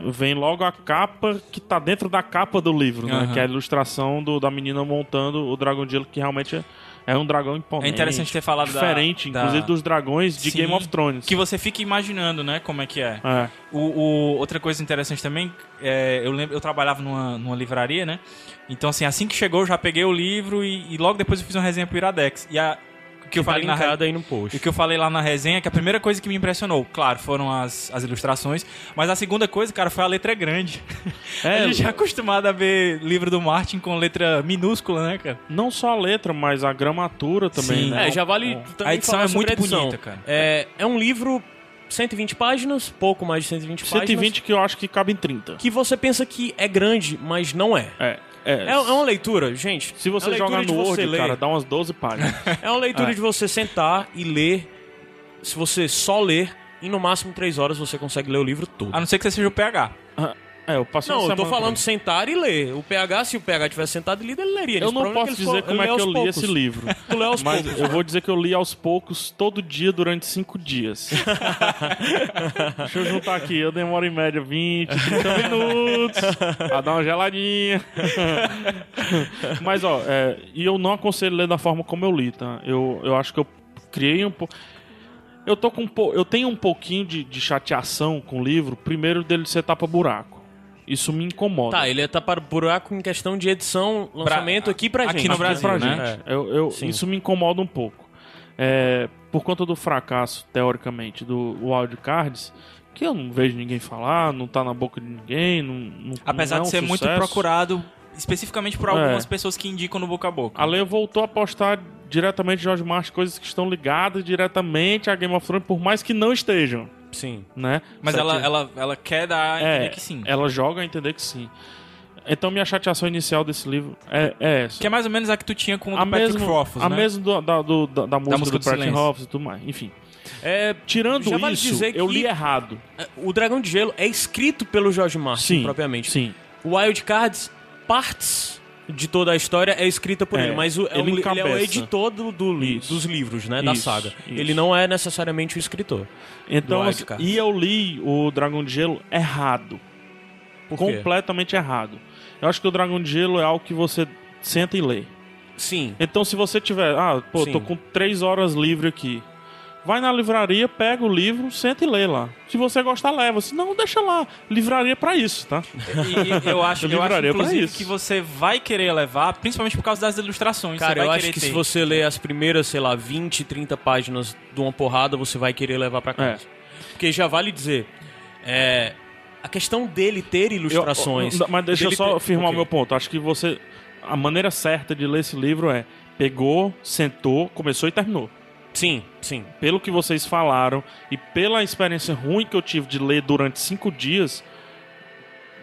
B: vem logo a capa que tá dentro da capa do livro, né?
C: Aham.
B: Que é a ilustração do- da menina montando o dragão de gelo, que realmente é, é um dragão imponente.
C: É interessante ter falado da-
B: Diferente,
C: da-
B: inclusive, dos dragões de
C: Sim,
B: Game of Thrones.
C: Que você fica imaginando, né, como é que é.
B: É.
C: O, o- outra coisa interessante também, é, eu lembro, eu trabalhava numa, numa livraria, né? Então, assim, assim que chegou, eu já peguei o livro e, e logo depois eu fiz uma resenha pro Iradex. E a, o que eu
A: Tá
C: falei na
A: linkado
C: re-
A: aí no post.
C: o que eu falei lá na resenha é que a primeira coisa que me impressionou, claro, foram as, as ilustrações, mas a segunda coisa, cara, foi a letra grande.
B: É,
C: a gente já é acostumado a ver livro do Martin com letra minúscula, né, cara?
B: Não só a letra, mas a gramatura também,
C: Sim.
B: né?
A: É, já vale também
C: A edição
A: falar
C: é
A: sobre
C: muito
A: a edição.
C: bonita, cara.
A: É, é um livro, 120 páginas, pouco mais de 120 páginas,
B: 120 que eu acho que cabe em 30.
A: que você pensa que é grande, mas não é.
B: É, é.
A: É, é uma leitura, gente.
B: Se
A: é
B: você
A: uma
B: jogar
A: leitura
B: no
A: de você
B: Word,
A: ler.
B: cara, dá umas 12 páginas.
A: É uma leitura de você sentar e ler. Se você só ler, em no máximo três horas você consegue ler o livro todo.
C: A não ser que você seja o PH.
B: Ah, é, eu passei
A: não,
B: uma
A: eu tô
B: semana-
A: falando sentar e ler. O PH, se o PH tivesse sentado e lido, ele leria.
B: Eu
A: Esse
B: não
A: problema é
B: posso
A: eles co-
B: dizer como é
A: lê
B: que eu
A: aos
B: li
A: poucos.
B: esse livro.
A: Tu lê aos
B: Mas
A: poucos.
B: eu vou dizer que eu li aos poucos todo dia durante cinco dias. Deixa eu juntar aqui. Eu demoro em média 20, 30 minutos pra dar uma geladinha. Mas, ó, é, e eu não aconselho ler da forma como eu li, tá? Eu, eu acho que eu criei um pouco. Eu tô com um pou- eu tenho um pouquinho de, de chateação com o livro, primeiro dele ser tapa-buraco. Isso me incomoda.
A: Tá, ele tá para o buraco em questão de edição, lançamento aqui pra
C: aqui
A: gente.
C: no Brasil,
B: pra
C: né?
B: gente. É, Eu, eu-
A: Sim.
B: isso me incomoda um pouco. É, por conta do fracasso, teoricamente, do Wildcards, que eu não vejo ninguém falar, não tá na boca de ninguém, não, não
C: Apesar
B: não é
C: de
B: um
C: ser muito
B: sucesso.
C: procurado, especificamente por
B: É.
C: algumas pessoas que indicam no boca a boca.
B: A Leia voltou a postar diretamente George Martin coisas que estão ligadas diretamente a Game of Thrones, por mais que não estejam,
A: Sim.
B: né?
C: Mas
B: Sete-
C: ela, ela, ela quer dar a entender
B: é,
C: que sim.
B: Ela joga a entender que sim. Então minha chateação inicial desse livro é, é essa.
C: Que é mais ou menos a que tu tinha com o
B: a
C: do Patrick
B: mesmo,
C: Rothfuss,
B: a
C: né?
B: mesmo do- da, do- da- da música,
C: música
B: do
C: do
B: Patrick
C: silêncio.
B: Rothfuss e tudo mais. Enfim,
A: É,
B: Tirando
A: Já vale
B: isso,
A: dizer
B: eu
A: que-
B: li errado.
A: o Dragão de Gelo é escrito pelo George Martin,
B: Sim,
A: propriamente.
B: Sim.
A: O Wild Cards, partes de toda a história é escrita por
B: É,
A: ele, mas o- é
B: ele
A: um- ele, é o
B: encabeça.
A: editor do, do li-
B: Isso.
A: dos livros, né, da
B: Isso,
A: saga.
B: isso.
A: Ele não é necessariamente o escritor.
B: Então,
A: Do
B: assim,
A: Wildcard.
B: e eu li o Dragão de Gelo errado.
A: Por quê?
B: completamente errado. Eu acho que o Dragão de Gelo é algo que você senta e lê.
A: Sim.
B: Então, se você tiver, ah, pô,
A: Sim.
B: tô com três horas livre aqui. Vai na livraria, pega o livro, senta e lê lá. Se você gostar, leva. Se não, deixa lá. Livraria pra isso, tá?
C: E, e
B: Eu
C: eu acho, eu acho
B: livraria pra
C: inclusive,
B: isso.
C: que você vai querer levar, principalmente por causa das ilustrações. você
A: Cara,
C: vai
A: eu
C: querer
A: acho que
C: ter.
A: se você ler as primeiras, sei lá, 20, 30 páginas de uma porrada, você vai querer levar
B: É.
A: pra casa. Porque já vale dizer, é, a questão dele ter ilustrações...
B: Eu- mas deixa eu
A: dele
B: só
A: ter-
B: firmar o
A: Ok.
B: meu ponto. Acho que você. A maneira certa de ler esse livro é pegou, sentou, começou e terminou.
A: Sim, sim.
B: Pelo que vocês falaram e pela experiência ruim que eu tive de ler durante cinco dias,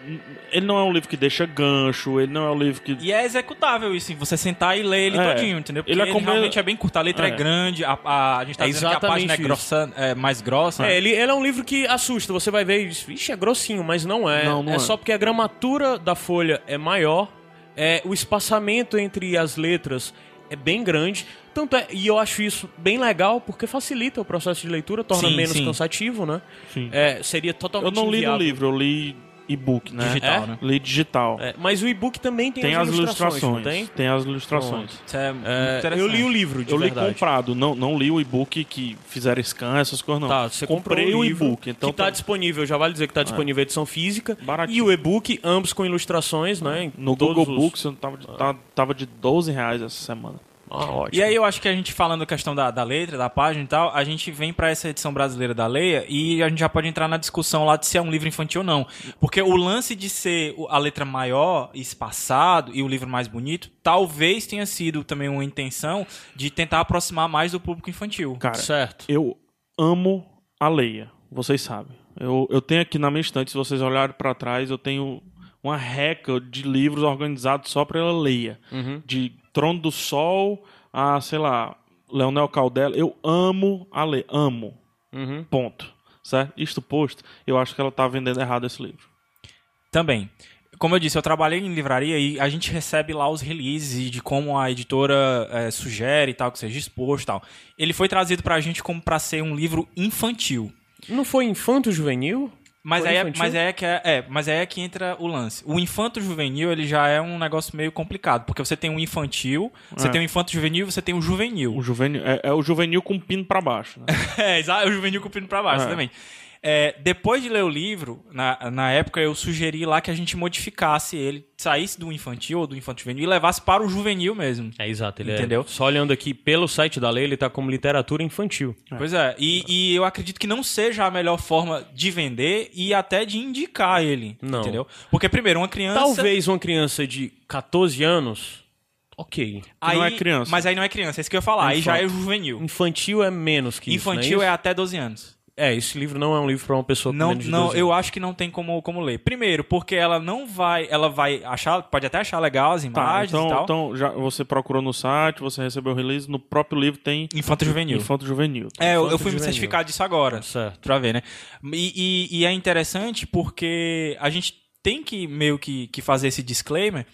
B: n- ele não é um livro que deixa gancho, ele não é um livro que.
C: E é executável isso, você sentar e ler ele
B: É.
C: todinho, entendeu? Porque
B: Ele
C: ele,
B: é como-
C: realmente é bem curto, a letra é,
B: É.
C: grande, a, a- a gente tá
A: É
C: dizendo que a página é,
A: exatamente
C: grossa, é mais grossa.
A: É, ele, ele é um livro que assusta. Você vai ver e diz, Ixi, é grossinho, mas não é.
B: Não, não
A: é,
B: é.
A: só porque a gramatura da folha é maior, é, o espaçamento entre as letras é bem grande. Tanto é, e eu acho isso bem legal porque facilita o processo de leitura, torna
C: Sim,
A: menos
C: sim.
A: cansativo, né?
B: Sim.
A: É, seria totalmente
B: eu não li no
A: inviável.
B: livro, eu li e-book, né?
C: Digital,
A: É?
C: né?
B: Li digital.
A: É, mas o e-book também tem,
B: Tem as ilustrações.
A: não
B: Tem?
A: tem?
B: as ilustrações.
C: Isso é,
A: É,
C: muito
A: eu li o livro, de
B: Eu li
A: verdade.
B: comprado, não, não li o e-book que fizeram scan, essas coisas, não.
A: Tá, você
B: Comprei
A: comprou
B: o
A: livro,
B: e-book, então
A: que tá disponível, já vale dizer que tá disponível a edição física
B: Baratinho.
A: e o e-book, ambos com ilustrações, né? em
B: No
A: todos
B: Google
A: os-
B: Books eu tava de, tá- tava de 12 reais essa semana.
A: Ah, ótimo.
C: E aí eu acho que a gente falando a questão da, da letra, da página e tal, a gente vem pra essa edição brasileira da Leia e a gente já pode entrar na discussão lá de se é um livro infantil ou não. Porque o lance de ser o- a letra maior, espaçado e o livro mais bonito, talvez tenha sido também uma intenção de tentar aproximar mais do público infantil.
B: Cara,
A: Certo.
B: eu amo a Leia, vocês sabem. Eu, eu tenho aqui na minha estante, se vocês olharem pra trás, eu tenho uma reca de livros organizados só pra ela Leia.
A: Uhum.
B: De Trono do Sol a, sei lá, Leonel Caldela. Eu amo a Leia, amo.
A: Uhum.
B: Ponto. Certo? Isto posto, eu acho que ela tá vendendo errado esse livro.
C: Também. Como eu disse, eu trabalhei em livraria e a gente recebe lá os releases de como a editora eh, sugere e tal, que seja exposto e tal. Ele foi trazido pra gente como pra ser um livro infantil.
A: Não foi infanto juvenil?
C: Mas
A: Foi
C: aí, é,
A: infantil?
C: mas aí é que é, é, mas aí é que entra o lance. O infanto juvenil ele já é um negócio meio complicado, porque você tem um infantil, você
B: É.
C: tem um infanto juvenil, e você tem um juvenil.
B: O juvenil, é, é o juvenil com pino pra baixo. Né?
C: É, exa- o juvenil cupindo pra baixo
B: É.
C: também. É, depois de ler o livro, na, na época eu sugeri lá que a gente modificasse ele, saísse do infantil ou do infanto juvenil e levasse para o juvenil mesmo.
A: É exato, ele
C: Entendeu?
A: é. Só olhando aqui pelo site da lei, ele tá como literatura infantil.
C: Pois é, e, e eu acredito que não seja a melhor forma de vender e até de indicar ele,
A: Não.
C: entendeu? Porque primeiro, uma criança...
A: Talvez uma criança de 14 anos, ok.
C: aí,
B: não é criança.
C: Mas aí não é criança, é isso que eu ia falar, aí já é juvenil.
A: Infantil é menos que isso,
C: Infantil
A: não
C: é
A: é,
C: até 12 anos.
A: é... é, esse livro não é um livro pra uma pessoa com
C: Não,
A: menos de
C: não
A: 12
C: eu acho que não tem como, como ler. Primeiro, porque ela não vai. Ela vai achar, pode até achar legal as
B: Tá,
C: imagens
B: então,
C: e tal.
B: então já, você procurou no site, você recebeu o release, no próprio livro tem
C: Infanto juvenil.
B: Infanto Juvenil.
C: é, eu, eu
A: infanto
C: fui me
A: juvenil.
C: certificar disso agora.
A: Certo.
C: Pra ver, né? E, e- e é interessante porque a gente tem que meio que, que fazer esse disclaimer,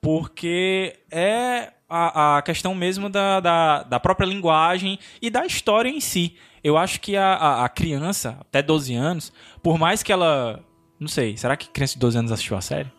C: porque é a, a questão mesmo da, da, da própria linguagem e da história em si. Eu acho que a, a, a criança, até 12 anos, por mais que ela. Não sei, será que criança de 12 anos assistiu a série?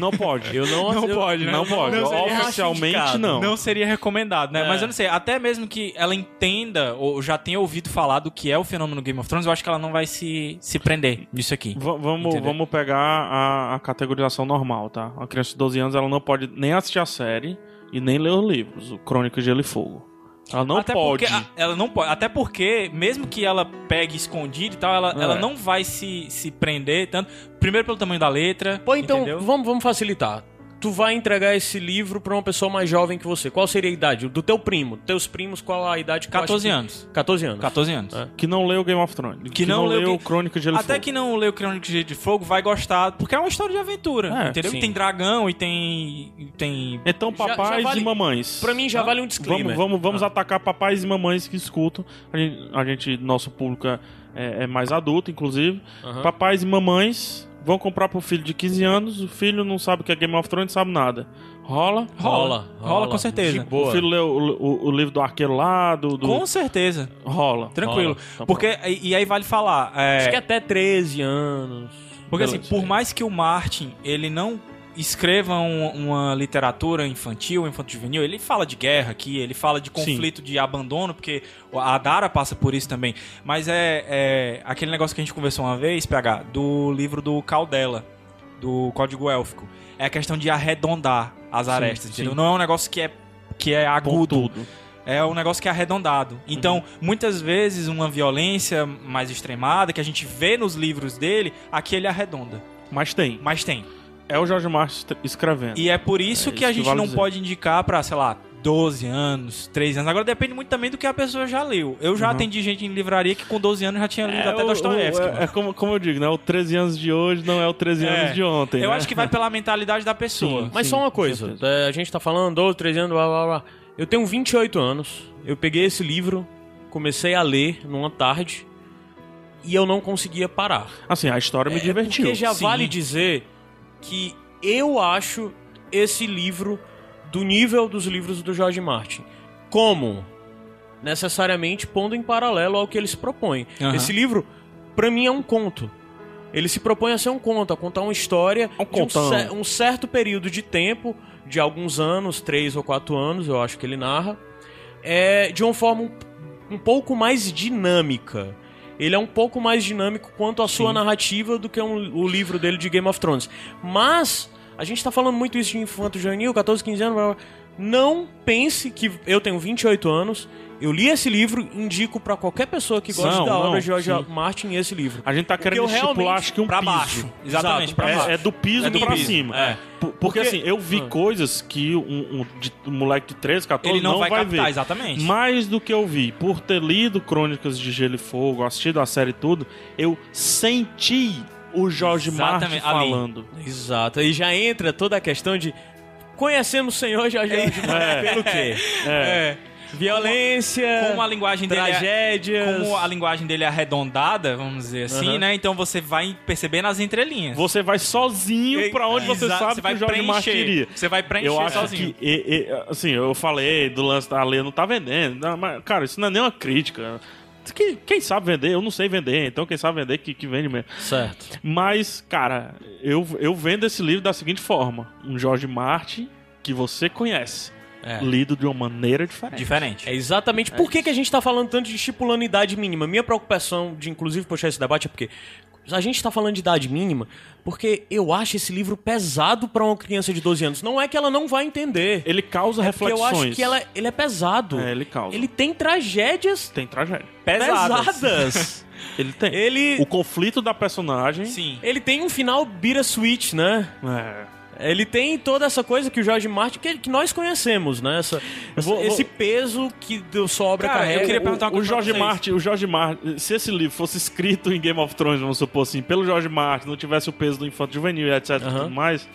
B: Não pode.
A: Eu não, é eu-
B: Não pode.
C: Não seria
B: Oficialmente
A: indicado.
B: não.
C: Não seria recomendado, né?
A: É.
C: Mas eu não sei, até mesmo que ela entenda ou já tenha ouvido falar do que é o fenômeno Game of Thrones, eu acho que ela não vai se, se prender nisso aqui.
B: Va- vamos,
C: Entendeu?
B: vamos pegar a, a categorização normal, tá? A criança de 12 anos ela não pode nem assistir a série e nem ler os livros, o Crônicas de Gelo e Fogo. Ela não
C: até
B: pode.
C: Porque, a- ela não pode. Até porque, mesmo que ela pegue escondido e tal, ela,
B: É.
C: ela não vai se, se prender tanto. Primeiro pelo tamanho da letra.
A: Pô, então,
C: entendeu?
A: vamos, vamos facilitar. Tu vai entregar esse livro pra uma pessoa mais jovem que você. Qual seria a idade? Do teu primo. Teus primos, qual a idade? que tu acha que-
C: 14 anos.
A: 14 anos.
C: 14 anos.
A: É.
B: Que não leu Game of Thrones. Que,
C: não leu
B: leu
C: que-
B: Crônicas de Gelo e
C: Até
B: Fogo.
C: que não leu Crônicas de Fogo vai gostar, porque é uma história de aventura,
B: É,
C: entendeu?
A: sim.
C: E tem dragão e tem e tem
B: Então,
A: Já- já
B: papais
A: vale-
B: e mamães.
A: Pra mim já vale um disclaimer.
B: Vamos, vamos, vamos
C: Ah.
B: atacar papais e mamães que escutam. A gente, a gente- nosso público é, é- é mais adulto, inclusive.
A: Aham.
B: Papais e mamães vão comprar pro filho de 15 anos. O filho não sabe o que é Game of Thrones, sabe nada. Rola.
A: Rola,
C: rola, com certeza.
A: De boa.
B: O filho lê o, o- o livro do arqueiro lá, do. do-
C: Com certeza.
B: Rola.
C: Tranquilo.
A: Rola.
B: Então,
C: porque, e, e aí vale falar. é,
A: Acho que até 13 anos.
C: porque assim,
B: beleza.
C: por mais que o Martin, ele não escreva um- uma literatura infantil, infanto juvenil, ele fala de guerra aqui, ele fala de conflito, de abandono, porque a Dara passa por isso também. Mas é, é aquele negócio que a gente conversou uma vez, PH, do livro do Caldela, do Código Élfico. É a questão de arredondar as arestas,
B: sim.
C: entendeu? Não é um negócio que é, que é agudo.
B: Pontudo. Uhum.
C: É um negócio que é arredondado. Então, muitas vezes, uma violência mais extremada que a gente vê nos livros dele, aqui ele arredonda.
B: Mas tem.
C: Mas tem.
B: É o Jorge Marcos estre- escrevendo.
C: E é por isso
B: É
C: que
B: isso
C: a
B: que
C: gente
B: vale
C: não
B: dizer.
C: pode indicar pra, sei lá, 12 anos, 13 anos. Agora depende muito também do que a pessoa já leu. Eu já atendi gente em livraria que com 12 anos já tinha lido até
B: o-
C: Dostoiévski.
B: o-
C: mano.
B: Uhum. é, é como, como eu digo, né? O 13 anos de hoje não é o 13
C: É.
B: anos de ontem.
C: Eu
B: né?
C: acho que vai pela mentalidade da pessoa.
B: Sim.
A: Mas só uma
B: com
A: coisa,
B: certeza.
A: é, a gente tá falando 12, 13 anos, blá blá blá. Eu tenho 28 anos, eu peguei esse livro, comecei a ler numa tarde e eu não conseguia parar.
B: Assim, a história
C: É,
B: me divertiu.
A: Porque já
C: Sim.
A: vale dizer que eu acho esse livro do nível dos livros do George Martin. Como? Necessariamente pondo em paralelo ao que ele se propõe.
C: Aham.
A: Esse livro, pra mim, é um conto. Ele se propõe a ser um conto, a contar uma história de um,
B: Um contão.
A: cer- um certo período de tempo, de alguns anos, três ou quatro anos, eu acho que ele narra, é, de uma forma um, um pouco mais dinâmica. Ele é um pouco mais dinâmico quanto à sua narrativa do que um- o livro dele de Game of Thrones. Mas, a gente tá falando muito isso de infanto juvenil, 14, 15 anos, blá, blá. não pense que eu tenho 28 anos, eu li esse livro, indico pra qualquer pessoa que gosta
B: Não,
A: da obra
B: não,
A: de George
B: sim.
A: Martin esse livro.
B: A gente tá querendo
A: eu
B: estipular,
A: realmente-
B: acho que um
C: pra
B: piso.
C: baixo. Exatamente,
A: Exato.
C: pra baixo.
B: É, é do piso
C: É do
B: pra
C: piso,
B: cima.
C: é. Ah.
B: Por- Porque, assim, eu vi coisas que um, um- de- um moleque de 13, 14
C: Ele não, vai, captar,
B: ver.
C: exatamente.
B: Mais do que eu vi, por ter lido Crônicas de Gelo e Fogo, assistido a série e tudo, eu senti o Jorge Martin
C: Exatamente, ali.
B: falando.
A: Exato. E já entra toda a questão de conhecemos o Senhor Jorge Martin pelo quê?
C: É.
A: Violência,
C: Como a linguagem dele é-
A: tragédias.
C: como a linguagem dele é arredondada, vamos dizer assim,
A: Uhum.
C: né? Então você vai perceber nas entrelinhas.
B: Você vai sozinho pra onde você
C: Exato,
B: sabe
C: você
B: que
C: vai
B: o Jorge Martin
C: preencher.
B: iria.
C: Você vai preencher
B: Eu acho
C: sozinho.
B: que, e- e, assim, eu falei do lance da Lê não tá vendendo, não, mas, cara, isso não é nenhuma é crítica. que- quem sabe vender, eu não sei vender, então quem sabe vender que, que vende mesmo.
A: Certo.
B: Mas, cara, eu, eu vendo esse livro da seguinte forma: um Jorge Martin que você conhece,
C: É.
B: lido de uma maneira diferente.
C: Diferente.
A: É exatamente por que, que a gente tá falando tanto de estipulando idade mínima. Minha preocupação de, inclusive, puxar esse debate é porque a gente tá falando de idade mínima porque eu acho esse livro pesado pra uma criança de 12 anos. Não é que ela não vai entender.
B: Ele causa
A: É Porque eu
B: reflexões.
A: acho que ela, ele é pesado.
B: É, ele causa.
A: Ele tem tragédias
B: Tem tragédia.
C: Pesadas.
A: pesadas.
B: Ele tem.
A: ele,
B: O conflito da personagem.
C: Sim.
A: ele tem um final bittersweet, né?
B: É.
A: Ele tem toda essa coisa que o Jorge Martin, que, que nós conhecemos, né? Essa- essa-
B: vou-
A: Esse peso que deu sua obra
C: Cara, eu
A: carrega.
C: queria
A: O-
C: perguntar uma
B: O
C: coisa pra
B: Jorge
C: vocês.
B: Martin, o Jorge Martin, se esse livro fosse escrito em Game of Thrones, vamos supor assim, pelo Jorge Martin, não tivesse o peso do infanto juvenil, etc, e
A: Aham.
B: tudo mais,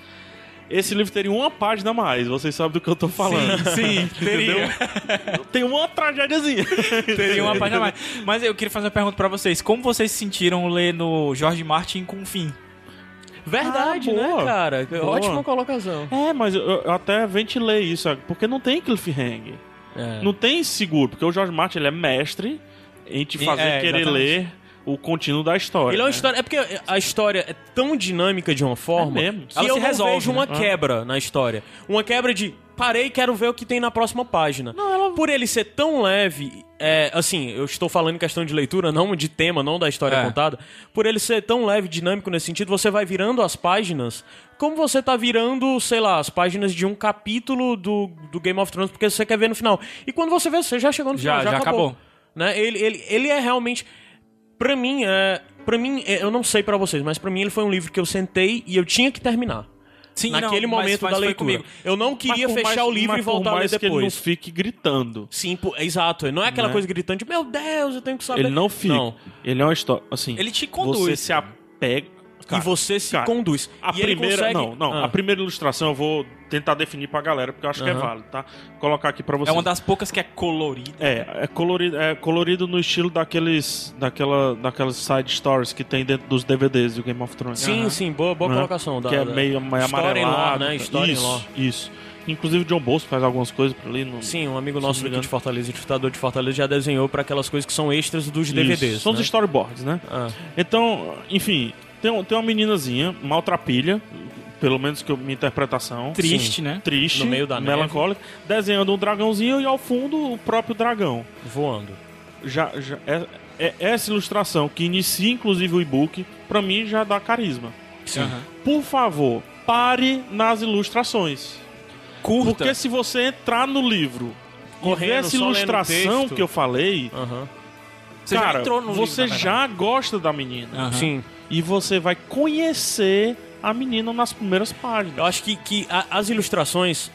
B: esse livro teria uma página a mais, vocês sabem do que eu tô falando.
C: Sim, sim, teria.
B: Tem uma tragédiazinha.
C: Teria uma página a mais. Mas eu queria fazer uma pergunta pra vocês. Como vocês se sentiram ler no Jorge Martin com fim?
A: Verdade,
B: Ah, boa.
A: né, cara?
B: Boa.
A: Ótima colocação.
B: É, mas eu, eu até ventilei isso, sabe? porque não tem cliffhanger.
A: É.
B: Não tem seguro, porque o Jorge Martin ele é mestre em te
C: E-
B: fazer
C: é,
B: querer
C: exatamente.
B: ler o contínuo da história.
A: Ele é uma
B: né?
A: história. É porque a história é tão dinâmica de uma forma
B: É mesmo.
A: que
C: Ela
A: eu
C: se
A: não
C: resolve,
A: vejo uma
B: né?
A: quebra na história. Uma quebra de parei, quero ver o que tem na próxima página. Por ele ser tão leve, é, assim, eu estou falando em questão de leitura, não de tema, não da história
C: É.
A: contada. Por ele ser tão leve, dinâmico nesse sentido, você vai virando as páginas como você tá virando, sei lá, as páginas de um capítulo do, do Game of Thrones, porque você quer ver no final. E quando você vê, você já chegou no
C: Já-
A: final, já,
C: já
A: acabou.
C: acabou.
A: Né? Ele, ele, ele é realmente... Pra mim, é, pra mim, é, eu não sei pra vocês, mas pra mim ele foi um livro que eu sentei e eu tinha que terminar.
C: Sim,
A: naquele
C: não, mas-
A: momento
C: mas
A: da
C: foi
A: leitura.
C: comigo.
A: Eu não queria
B: Mas por
A: fechar
B: mais-
A: o livro
B: mas
A: e voltar
B: por
A: a ler
B: mais que ele não
A: depois.
B: fique Né? gritando.
A: Sim, pô, é exato. Não é aquela coisa gritante, meu Deus, eu tenho que saber.
B: Ele não fica.
A: Não.
B: Ele é uma história. Assim,
C: Ele te conduz.
B: Você se apega.
A: e você se
B: cara,
A: conduz.
B: A
A: e ele
B: primeira,
A: consegue-
B: não, não.
A: Ah,
B: A primeira ilustração eu vou tentar definir pra galera, porque eu acho que é
A: Aham.
B: válido, tá? Vou colocar aqui pra vocês.
C: É uma das poucas que é colorida.
B: É, é colorido, é colorido no estilo daqueles, daquela, daquelas side stories que tem dentro dos DVDs do Game of Thrones.
A: Sim, sim, boa, boa
B: Né?
A: colocação. da-
B: que é
A: da-
B: meio
A: História em
B: meio
A: lore,
B: amarelado.
A: né? História em
B: isso,
A: lore.
B: isso. Inclusive o John Bolso faz algumas coisas por ali. No...
A: Sim, um amigo
B: Se
A: nosso
B: não me
A: daqui de Fortaleza, editador de Fortaleza, já desenhou pra aquelas coisas que são extras dos
B: Isso.
A: DVDs.
B: São os
A: né?
B: storyboards, né?
A: Ah,
B: Então, enfim, tem, um- tem uma meninazinha, maltrapilha, pelo menos que eu, minha interpretação.
C: Triste, né?
B: Triste,
A: No meio da neve.
B: melancólica, desenhando um dragãozinho e ao fundo o próprio dragão.
A: voando.
B: Já, já- é, é- essa ilustração que inicia inclusive o e-book, pra mim já dá carisma.
A: Sim.
C: Aham.
B: Por favor, pare nas ilustrações.
C: Curta.
B: Porque se você entrar no livro e ver
A: Correndo,
B: essa
A: só lendo o
B: ilustração
A: texto.
B: que eu falei,
A: Aham.
C: Você já
B: cara,
C: entrou no
B: você
C: livro, na
B: já gosta da menina.
C: Aham.
A: Sim.
B: e você vai conhecer a menina nas primeiras
A: Eu
B: páginas.
A: acho que, que a- as ilustrações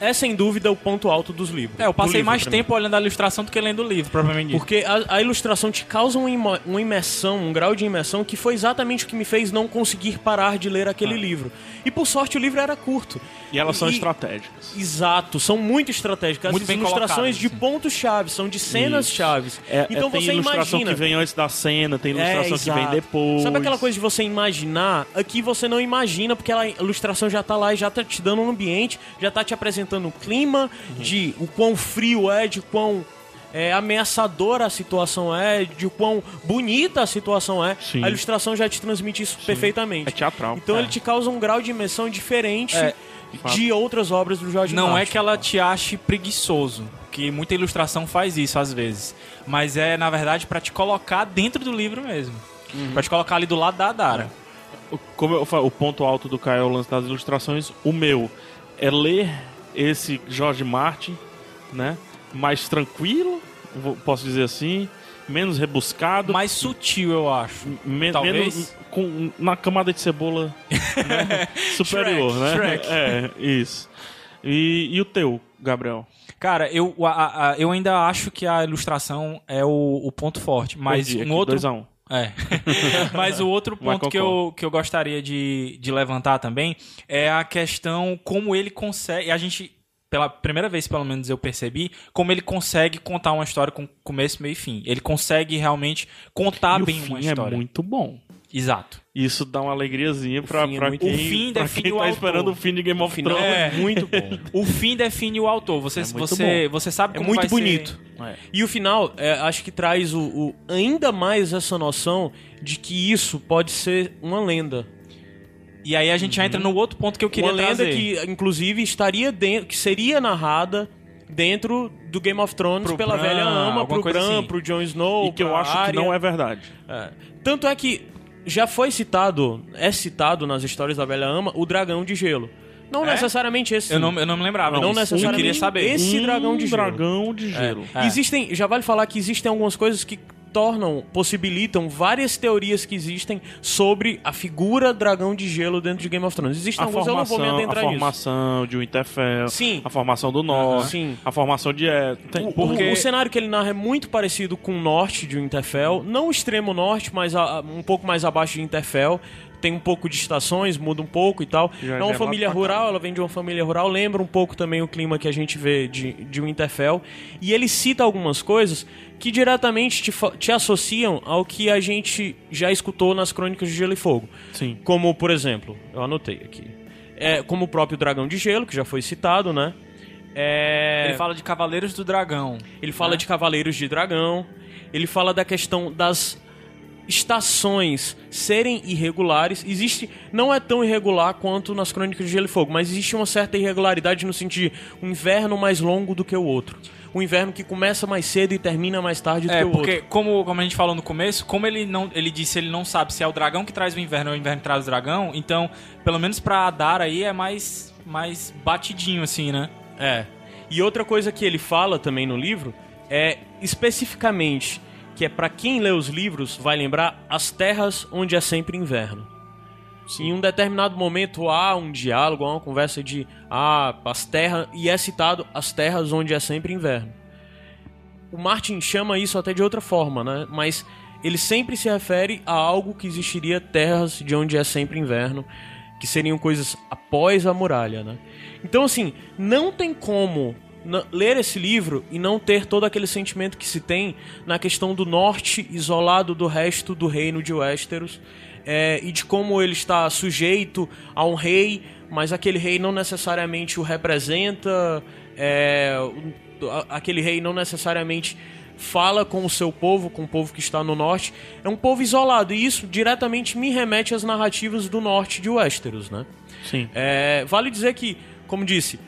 A: é sem dúvida o ponto alto dos livros.
C: É, eu
A: Do
C: passei
A: livro,
C: mais
A: pra
C: tempo olhando a ilustração do que lendo o livro, provavelmente.
A: mim. Porque a, a ilustração te causa uma, imo- uma imersão, um grau de imersão que foi exatamente o que me fez não conseguir parar de ler aquele livro. E por sorte o livro era curto.
B: E elas são estratégicas.
A: Exato, são muito estratégicas.
C: Muito
A: As
C: bem
A: ilustrações
C: colocadas,
A: de pontos chaves, são de cenas chaves.
B: É, é,
A: então
B: tem
A: você
B: ilustração
A: imagina.
B: que vem antes da cena, tem
A: É,
B: ilustração que vem
A: exato.
B: depois.
A: Sabe aquela coisa de você imaginar? Aqui você não imagina, porque ela- a ilustração já tá lá e já tá te dando um ambiente, já tá te apresentando o clima,
B: Uhum.
A: de o quão frio é, de quão é, ameaçadora a situação é, de quão bonita a situação é.
B: Sim.
A: A ilustração já te transmite isso perfeitamente.
B: É teatral.
A: Então
B: É.
A: ele te causa um grau de imersão diferente
C: É,
A: de outras obras do Jorge
C: Não
A: Martin.
C: é que ela te ache preguiçoso, que muita ilustração faz isso às vezes. Mas é, na verdade, pra te colocar dentro do livro mesmo.
B: Uhum.
C: Pra te colocar ali do lado da Dara.
B: O- Como eu falo, o ponto alto do Caio é o lance das ilustrações. O meu é ler esse Jorge Martin, né? Mais tranquilo, vou- posso dizer assim, menos rebuscado,
C: Mais sutil, eu acho.
B: me-
C: talvez.
B: menos com na camada de cebola né, superior,
C: Shrek,
B: né?
C: Shrek.
B: É, isso. E, e o teu, Gabriel?
C: Cara, eu, a- a- eu ainda acho que a ilustração é o, o ponto forte. Mas
B: Perdi aqui,
C: um outro
B: 2 a um.
C: É. Mas o outro
B: Vai,
C: ponto que
B: concordo.
C: eu, que eu gostaria de, de levantar também é a questão como ele consegue. A gente, pela primeira vez, pelo menos, eu percebi, como ele consegue contar uma história com começo, meio e fim. Ele consegue realmente contar
B: E
C: Ah, bem
B: o
C: uma
B: fim é
C: história.
B: muito bom.
C: Exato.
B: Isso dá uma alegriazinha pra,
A: fim é
B: pra
A: muito
B: quem,
C: bom. O fim
B: pra
C: define
B: quem
C: o
B: tá
C: autor.
B: esperando o fim de Game
A: O
B: of
A: final
B: Thrones.
A: é muito bom.
C: O fim define o autor. Você,
B: É muito
C: você, você sabe
A: É
C: como
A: muito
C: vai ser-
A: bonito.
B: É.
A: E o final, é, acho que traz o, o- ainda mais essa noção de que isso pode ser uma lenda.
C: E aí a gente já entra no outro ponto que eu queria
A: uma lenda
C: trazer.
A: que, inclusive, estaria dentro, que seria narrada dentro do Game of Thrones
C: Pro
A: pela
C: Bran,
A: velha ama,
C: alguma
A: pro
C: coisa
A: Bran,
C: assim.
A: pro Jon Snow,
B: E que eu
A: pra
B: acho
A: Arya.
B: que não é verdade.
A: É. Tanto é que já foi citado, é citado nas histórias da velha ama, o dragão de gelo. Não
C: É?
A: necessariamente esse.
C: Eu não, eu não me lembrava.
A: Não
C: disso. Eu
A: necessariamente
C: queria saber.
A: Esse
B: um
A: dragão de gelo.
B: dragão de gelo.
C: É.
A: Existem, já vale falar que existem algumas coisas que tornam, possibilitam várias teorias que existem sobre a figura dragão de gelo dentro de Game of Thrones. Existem
B: A
A: algumas, eu não vou me
B: formação, a
A: adentrar nisso.
B: formação de Winterfell,
A: Sim.
B: a formação do Norte,
A: Sim.
B: a formação de... É, tem-
A: O-
B: porque-
A: O, o cenário que ele narra é muito parecido com o norte de Winterfell, não o extremo norte, mas a- a- um pouco mais abaixo de Winterfell. Tem um pouco de estações, muda um pouco e tal.
B: Já
A: é uma
B: já
A: família
B: lá pra cá.
A: rural, ela vem de uma família rural, lembra um pouco também o clima que a gente vê de, de Winterfell. E ele cita algumas coisas que diretamente te, fa- te associam ao que a gente já escutou nas crônicas de Gelo e Fogo.
B: Sim.
A: Como, por exemplo, eu anotei aqui. É, como o próprio Dragão de Gelo, que já foi citado, né? É...
C: Ele fala de Cavaleiros do Dragão.
A: Ele fala
C: Né?
A: de Cavaleiros de Dragão. Ele fala da questão das estações serem irregulares. Existe. Não é tão irregular quanto nas Crônicas de Gelo e Fogo, mas existe uma certa irregularidade no sentido de um inverno mais longo do que o outro. Um inverno que começa mais cedo e termina mais tarde do
C: É,
A: que o
C: porque
A: outro.
C: como, como a gente falou no começo, como ele não, ele disse, ele não sabe se é o dragão que traz o inverno ou o inverno que traz o dragão, então, pelo menos pra Adara aí é mais mais batidinho assim, né?
A: É. E outra coisa que ele fala também no livro é especificamente que é pra quem lê os livros vai lembrar as terras onde é sempre inverno. Em um determinado momento há um diálogo, há uma conversa de ah, as terras e é citado as terras onde é sempre inverno. O Martin chama isso até de outra forma, né? Mas ele sempre se refere a algo que existiria terras de onde é sempre inverno, que seriam coisas após a muralha, né? Então, assim, não tem como n- ler esse livro e não ter todo aquele sentimento que se tem na questão do norte isolado do resto do reino de Westeros é, e de como ele está sujeito a um rei, mas aquele rei não necessariamente o representa, é, o- a- aquele rei não necessariamente fala com o seu povo, com o povo que está no norte. É um povo isolado e isso diretamente me remete às narrativas do norte de Westeros, né?
B: Sim.
A: É, vale dizer que, como disse,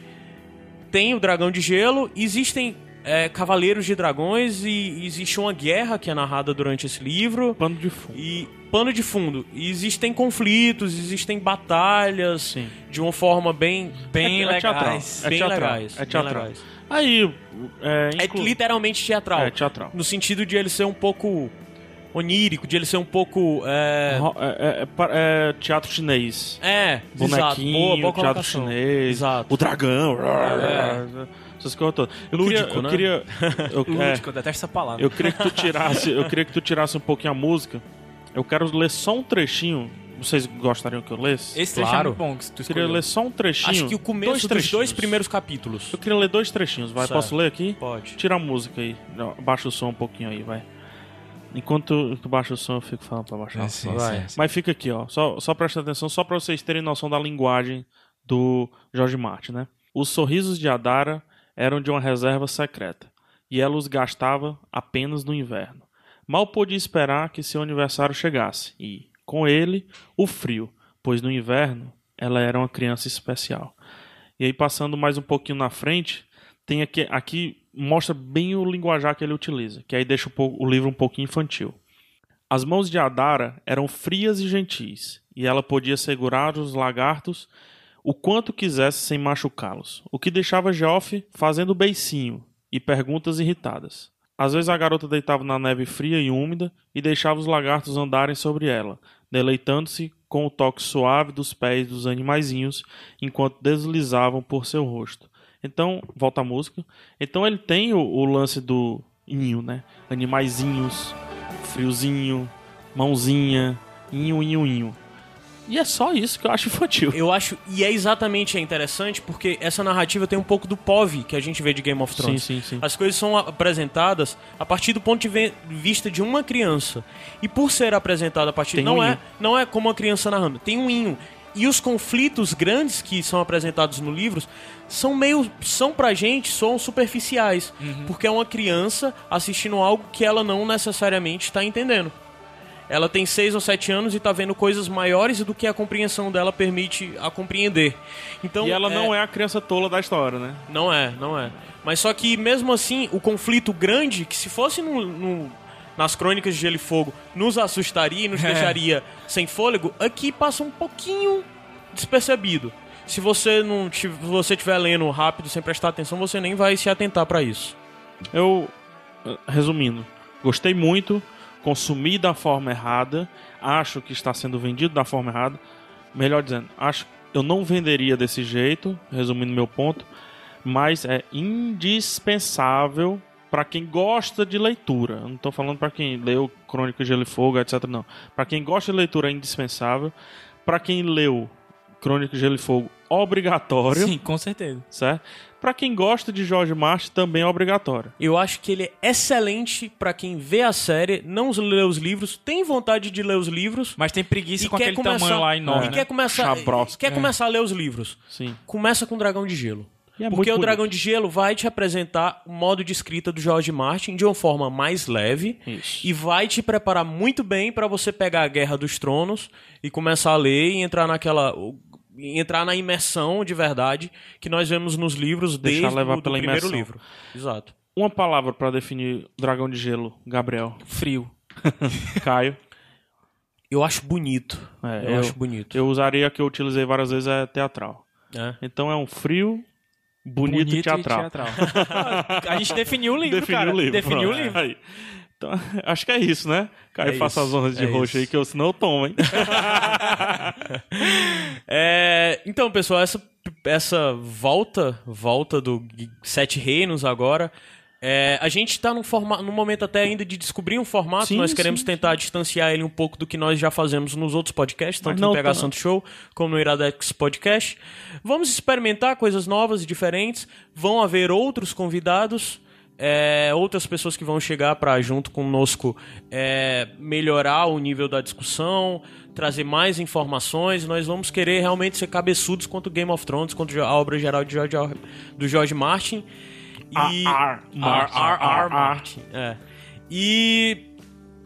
A: tem o dragão de gelo, existem é, cavaleiros de dragões e existe uma guerra que é narrada durante esse livro.
B: Pano de fundo.
A: E pano de fundo, e existem conflitos, existem batalhas
B: Sim.
A: de uma forma bem
C: Bem
B: É teatral.
C: legais.
B: É
A: bem
B: teatral.
A: legais,
B: É
A: bem
B: teatral.
A: legais.
B: Aí... É,
A: É
B: inclu-
A: literalmente teatral.
B: É teatral.
A: No sentido de ele ser um pouco onírico, de ele ser um pouco é,
B: Ro- é- é- é pa- é teatro chinês.
A: é exato.
B: Bonequinho,
A: Boa- boa
B: teatro
A: colocação.
B: chinês,
A: Exato. É.
B: o dragão, essas coisas todas. Eu
A: Lúdico,
B: queria,
A: né?
B: eu queria, eu, é,
C: Lúdico, eu detesto essa palavra.
B: eu queria que tu tirasse, eu queria que tu tirasse um pouquinho a música. Eu quero ler só um trechinho. Vocês gostariam que eu lesse?
C: Esse trecho
A: Claro.
C: é muito bom que tu
B: Eu queria
C: escolheu.
B: ler só um trechinho.
A: Acho que o começo dos
B: trechinhos.
A: dois primeiros capítulos.
B: Eu queria ler dois trechinhos, vai.
A: Certo.
B: Posso ler aqui?
A: Pode.
B: Tira a música aí. Não, Baixa o som um pouquinho aí, vai. Enquanto tu baixa o som, eu fico falando pra baixar
C: É
B: o som.
C: Vai.
B: Mas fica aqui, ó. Só, só presta atenção, só pra vocês terem noção da linguagem do Jorge Martin, né? Os sorrisos de Adara eram de uma reserva secreta, e ela os gastava apenas no inverno. Mal podia esperar que seu aniversário chegasse, e, com ele, o frio, pois no inverno ela era uma criança especial. E aí, passando mais um pouquinho na frente, tem aqui, aqui mostra bem o linguajar que ele utiliza, que aí deixa um pou- o livro um pouquinho infantil. As mãos de Adara eram frias e gentis, e ela podia segurar os lagartos o quanto quisesse sem machucá-los, o que deixava Geoff fazendo beicinho e perguntas irritadas. Às vezes a garota deitava na neve fria e úmida e deixava os lagartos andarem sobre ela, deleitando-se com o toque suave dos pés dos animaizinhos enquanto deslizavam por seu rosto. Então, volta a música. Então ele tem o, o lance do ninho, né? Animaizinhos, friozinho, mãozinha, inho, inho, inho. E é só isso que eu acho infantil.
A: Eu acho, e é exatamente é interessante porque essa narrativa tem um pouco do POV que a gente vê de Game of Thrones.
B: Sim, sim, sim.
A: As coisas são apresentadas a partir do ponto de ve- vista de uma criança. E por ser apresentada a partir
B: Tem
A: não
B: um
A: é,
B: hino.
A: não é como a criança narrando, tem um inho. E os conflitos grandes que são apresentados no livro são meio. são pra gente, são superficiais.
B: Uhum.
A: Porque é uma criança assistindo algo que ela não necessariamente está entendendo. Ela tem 6 ou 7 anos e tá vendo coisas maiores do que a compreensão dela permite a compreender. Então,
B: E ela não é a criança tola da história, né?
A: não é, não é. Mas só que mesmo assim, o conflito grande, que se fosse no, no- nas crônicas de Gelo e Fogo, nos assustaria e nos
B: É.
A: deixaria sem fôlego, aqui passa um pouquinho despercebido. Se você não ti- se você estiver lendo rápido sem prestar atenção, você nem vai se atentar pra isso.
B: Eu, eh, resumindo, gostei muito, consumi da forma errada, acho que está sendo vendido da forma errada. Melhor dizendo, acho eu não venderia desse jeito, resumindo meu ponto, mas é indispensável para quem gosta de leitura. Eu não estou falando para quem leu Crônicas de Gelo e Fogo, etc. Não. Para quem gosta de leitura é indispensável. Para quem leu Crônicas de Gelo e Fogo, obrigatório,
C: Sim, com certeza.
B: certo? Para quem gosta de George Martin também é obrigatório.
A: Eu acho que ele é excelente pra quem vê a série, não lê os livros, tem vontade de ler os livros
C: Mas tem preguiça com aquele tamanho lá enorme.
A: e
C: né?
A: quer começar,
B: Chabrosca.
A: quer começar a ler os livros.
B: Sim.
A: começa com o Dragão de Gelo.
B: E é
A: porque
B: muito
A: o Dragão
B: bonito.
A: de Gelo vai te apresentar o modo de escrita do George Martin de uma forma mais leve
B: Isso.
A: e vai te preparar muito bem pra você pegar a Guerra dos Tronos e começar a ler e entrar naquela o- e entrar na imersão de verdade que nós vemos nos livros
B: Deixar
A: desde
B: levar
A: o do
B: pela
A: primeiro
B: imersão.
A: livro. Exato.
B: Uma palavra pra definir Dragão de Gelo, Gabriel,
C: Frio.
B: Caio.
A: Eu acho bonito.
B: É,
A: eu,
B: eu-
A: acho bonito.
B: Eu usaria a que eu utilizei várias vezes, é teatral.
A: É.
B: Então é um frio, bonito, e teatral.
C: A gente definiu o livro,
B: Definiu
C: cara.
B: o livro.
C: Definiu o
B: pronto.
C: livro.
B: Aí. Então, acho que é isso, né? Caio,
A: É
B: faça
A: isso,
B: as ondas de
A: é
B: roxo aí,
A: isso.
B: que eu, senão eu tomo, hein?
A: É, então, pessoal, essa, essa volta volta do Gui- Sete Reinos agora. é, a gente está num, forma- num momento até ainda de descobrir um formato.
B: Sim,
A: nós queremos
B: sim,
A: tentar distanciar ele um pouco do que nós já fazemos nos outros podcasts, tanto
B: Não
A: no PH
B: tá-
A: Santo Show como no Iradex Podcast. Vamos experimentar coisas novas e diferentes. Vão haver outros convidados. é, outras pessoas que vão chegar para junto conosco é, melhorar o nível da discussão, trazer mais informações. Nós vamos querer realmente ser cabeçudos quanto Game of Thrones, quanto a obra geral de George, do George Martin.
B: Ah,
A: E...
B: R.R. Martin.
A: R.R. Martin. É. E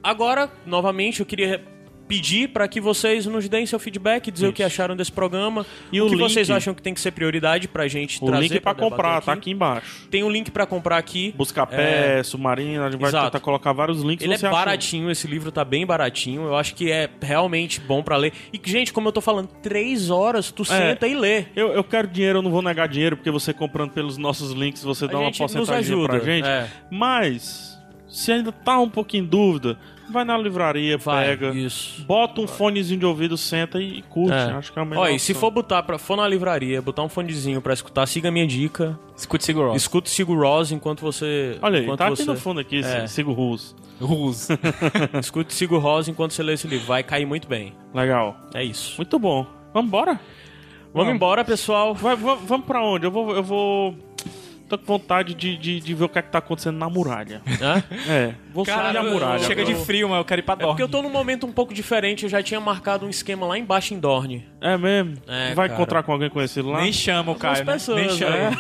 A: agora, novamente, eu queria pedir para que vocês nos deem seu feedback, dizer o que acharam desse programa,
B: E
A: o,
B: o
A: que
B: link-
A: vocês acham que tem que ser prioridade pra gente
B: O
A: trazer
B: link pra
A: debater
B: comprar tá aqui embaixo.
A: Tem um link pra comprar aqui.
B: Buscapé, Submarino, a gente vai
A: Exato.
B: tentar colocar vários links.
A: Ele é
B: você achou.
A: baratinho, esse livro tá bem baratinho. Eu acho que é realmente bom pra ler. E, gente, como eu tô falando, três horas
B: É.
A: tu senta e lê.
B: Eu, eu quero dinheiro, eu não vou negar dinheiro, porque você comprando pelos nossos links, você dá uma
A: gente nos
B: porcentagem pra
A: ajuda,
B: gente.
A: é.
B: Mas, se ainda tá um pouquinho em dúvida, vai na livraria,
A: Vai,
B: pega,
A: isso.
B: bota um fonezinho de ouvido, senta e, e curte.
A: É.
B: Acho que é a melhor
A: Olha, e se
B: opção.
A: for botar pra, for na livraria, botar um fonezinho pra escutar, siga a minha dica.
C: Escute Sigurós.
A: Escuta o Sigur Rós enquanto você.
B: Olha aí,
A: enquanto
B: tá
A: você...
B: aqui no fundo aqui,
A: É.
B: Sigo Rules.
C: Rus.
A: Escuta o Sigur Rós enquanto você lê esse livro. Vai cair muito bem.
B: Legal.
A: É isso.
B: Muito bom. Vambora?
A: Vamos embora, pessoal.
B: Vai, va- vamos pra onde? Eu vou... Eu vou... Tô com vontade de, de, de ver o que é que tá acontecendo na muralha.
A: Hã?
B: É, vou sair da muralha.
C: chega
B: agora.
C: de frio, mas eu quero ir pra
A: É porque
C: Dorne.
A: eu tô num momento um pouco diferente. Eu já tinha marcado um esquema lá embaixo em Dorne.
B: É mesmo?
A: É,
B: vai
A: cara.
B: encontrar com alguém conhecido lá?
C: Nem chama o Caio, né?
A: pessoas,
C: Nem chama.
A: né?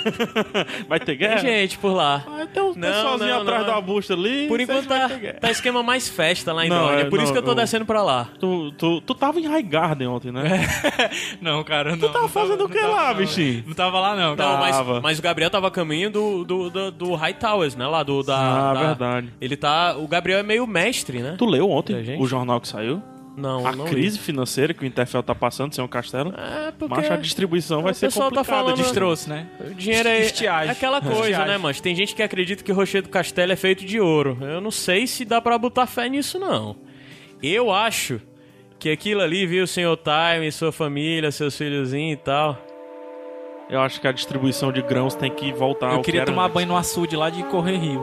B: Vai ter
A: Tem
B: guerra?
A: gente por lá.
B: Ah, tem um
A: Não,
B: pessoalzinho
A: não,
B: atrás
A: não.
B: da busta ali.
A: Por
B: vocês
A: enquanto
B: vai
A: tá,
B: ter guerra.
A: tá esquema mais festa lá em
B: é Não,
A: Dorne. É
B: é,
A: por isso
B: não,
A: que eu tô
B: eu-
A: descendo pra lá.
B: Tu, tu, tu tava em High Garden ontem,
A: É.
B: né?
C: Não, cara, não. Tu
B: tava fazendo o que lá, bichinho?
C: Não tava lá, não,
A: Não,
C: cara.
B: Tava.
A: mas, mas o Gabriel tava a caminho do, do, do, do High Towers, né? Lá do. Da,
B: Ah,
A: da-
B: verdade.
A: Ele tá. O Gabriel é meio mestre, né?
B: Tu leu
A: Da
B: ontem
A: gente?
B: o jornal que saiu?
A: Não,
B: A
A: não. li.
B: crise financeira que o Interfell tá passando sem o castelo.
A: É, porque.
B: Mas a distribuição vai
A: o
B: ser
A: pessoal tá
B: complicada.
A: falando-
B: de distribuir.
C: Destroço, né?
A: O dinheiro é,
C: Estiagem.
A: é aquela coisa,
C: Estiagem.
A: né, mas tem gente que acredita que o rochedo castelo é feito de ouro. Eu não sei se dá pra botar fé nisso não. Eu acho que aquilo ali, viu, senhor Time, sua família, seus filhozinhos e tal.
B: Eu acho que a distribuição de grãos tem que voltar
C: eu
B: ao que
C: queria
B: era
C: tomar
B: antes.
C: banho no açude lá de Correr Rio.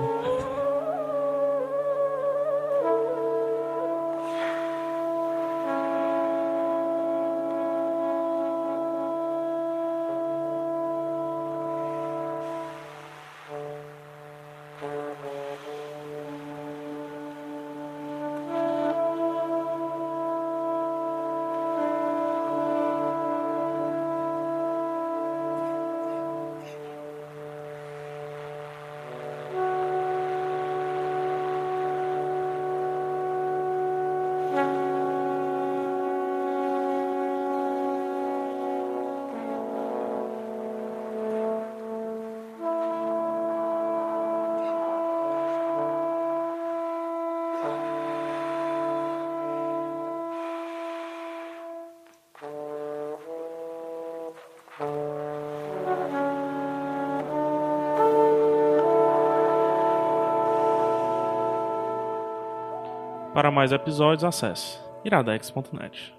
B: Para mais episódios, acesse iradex.net.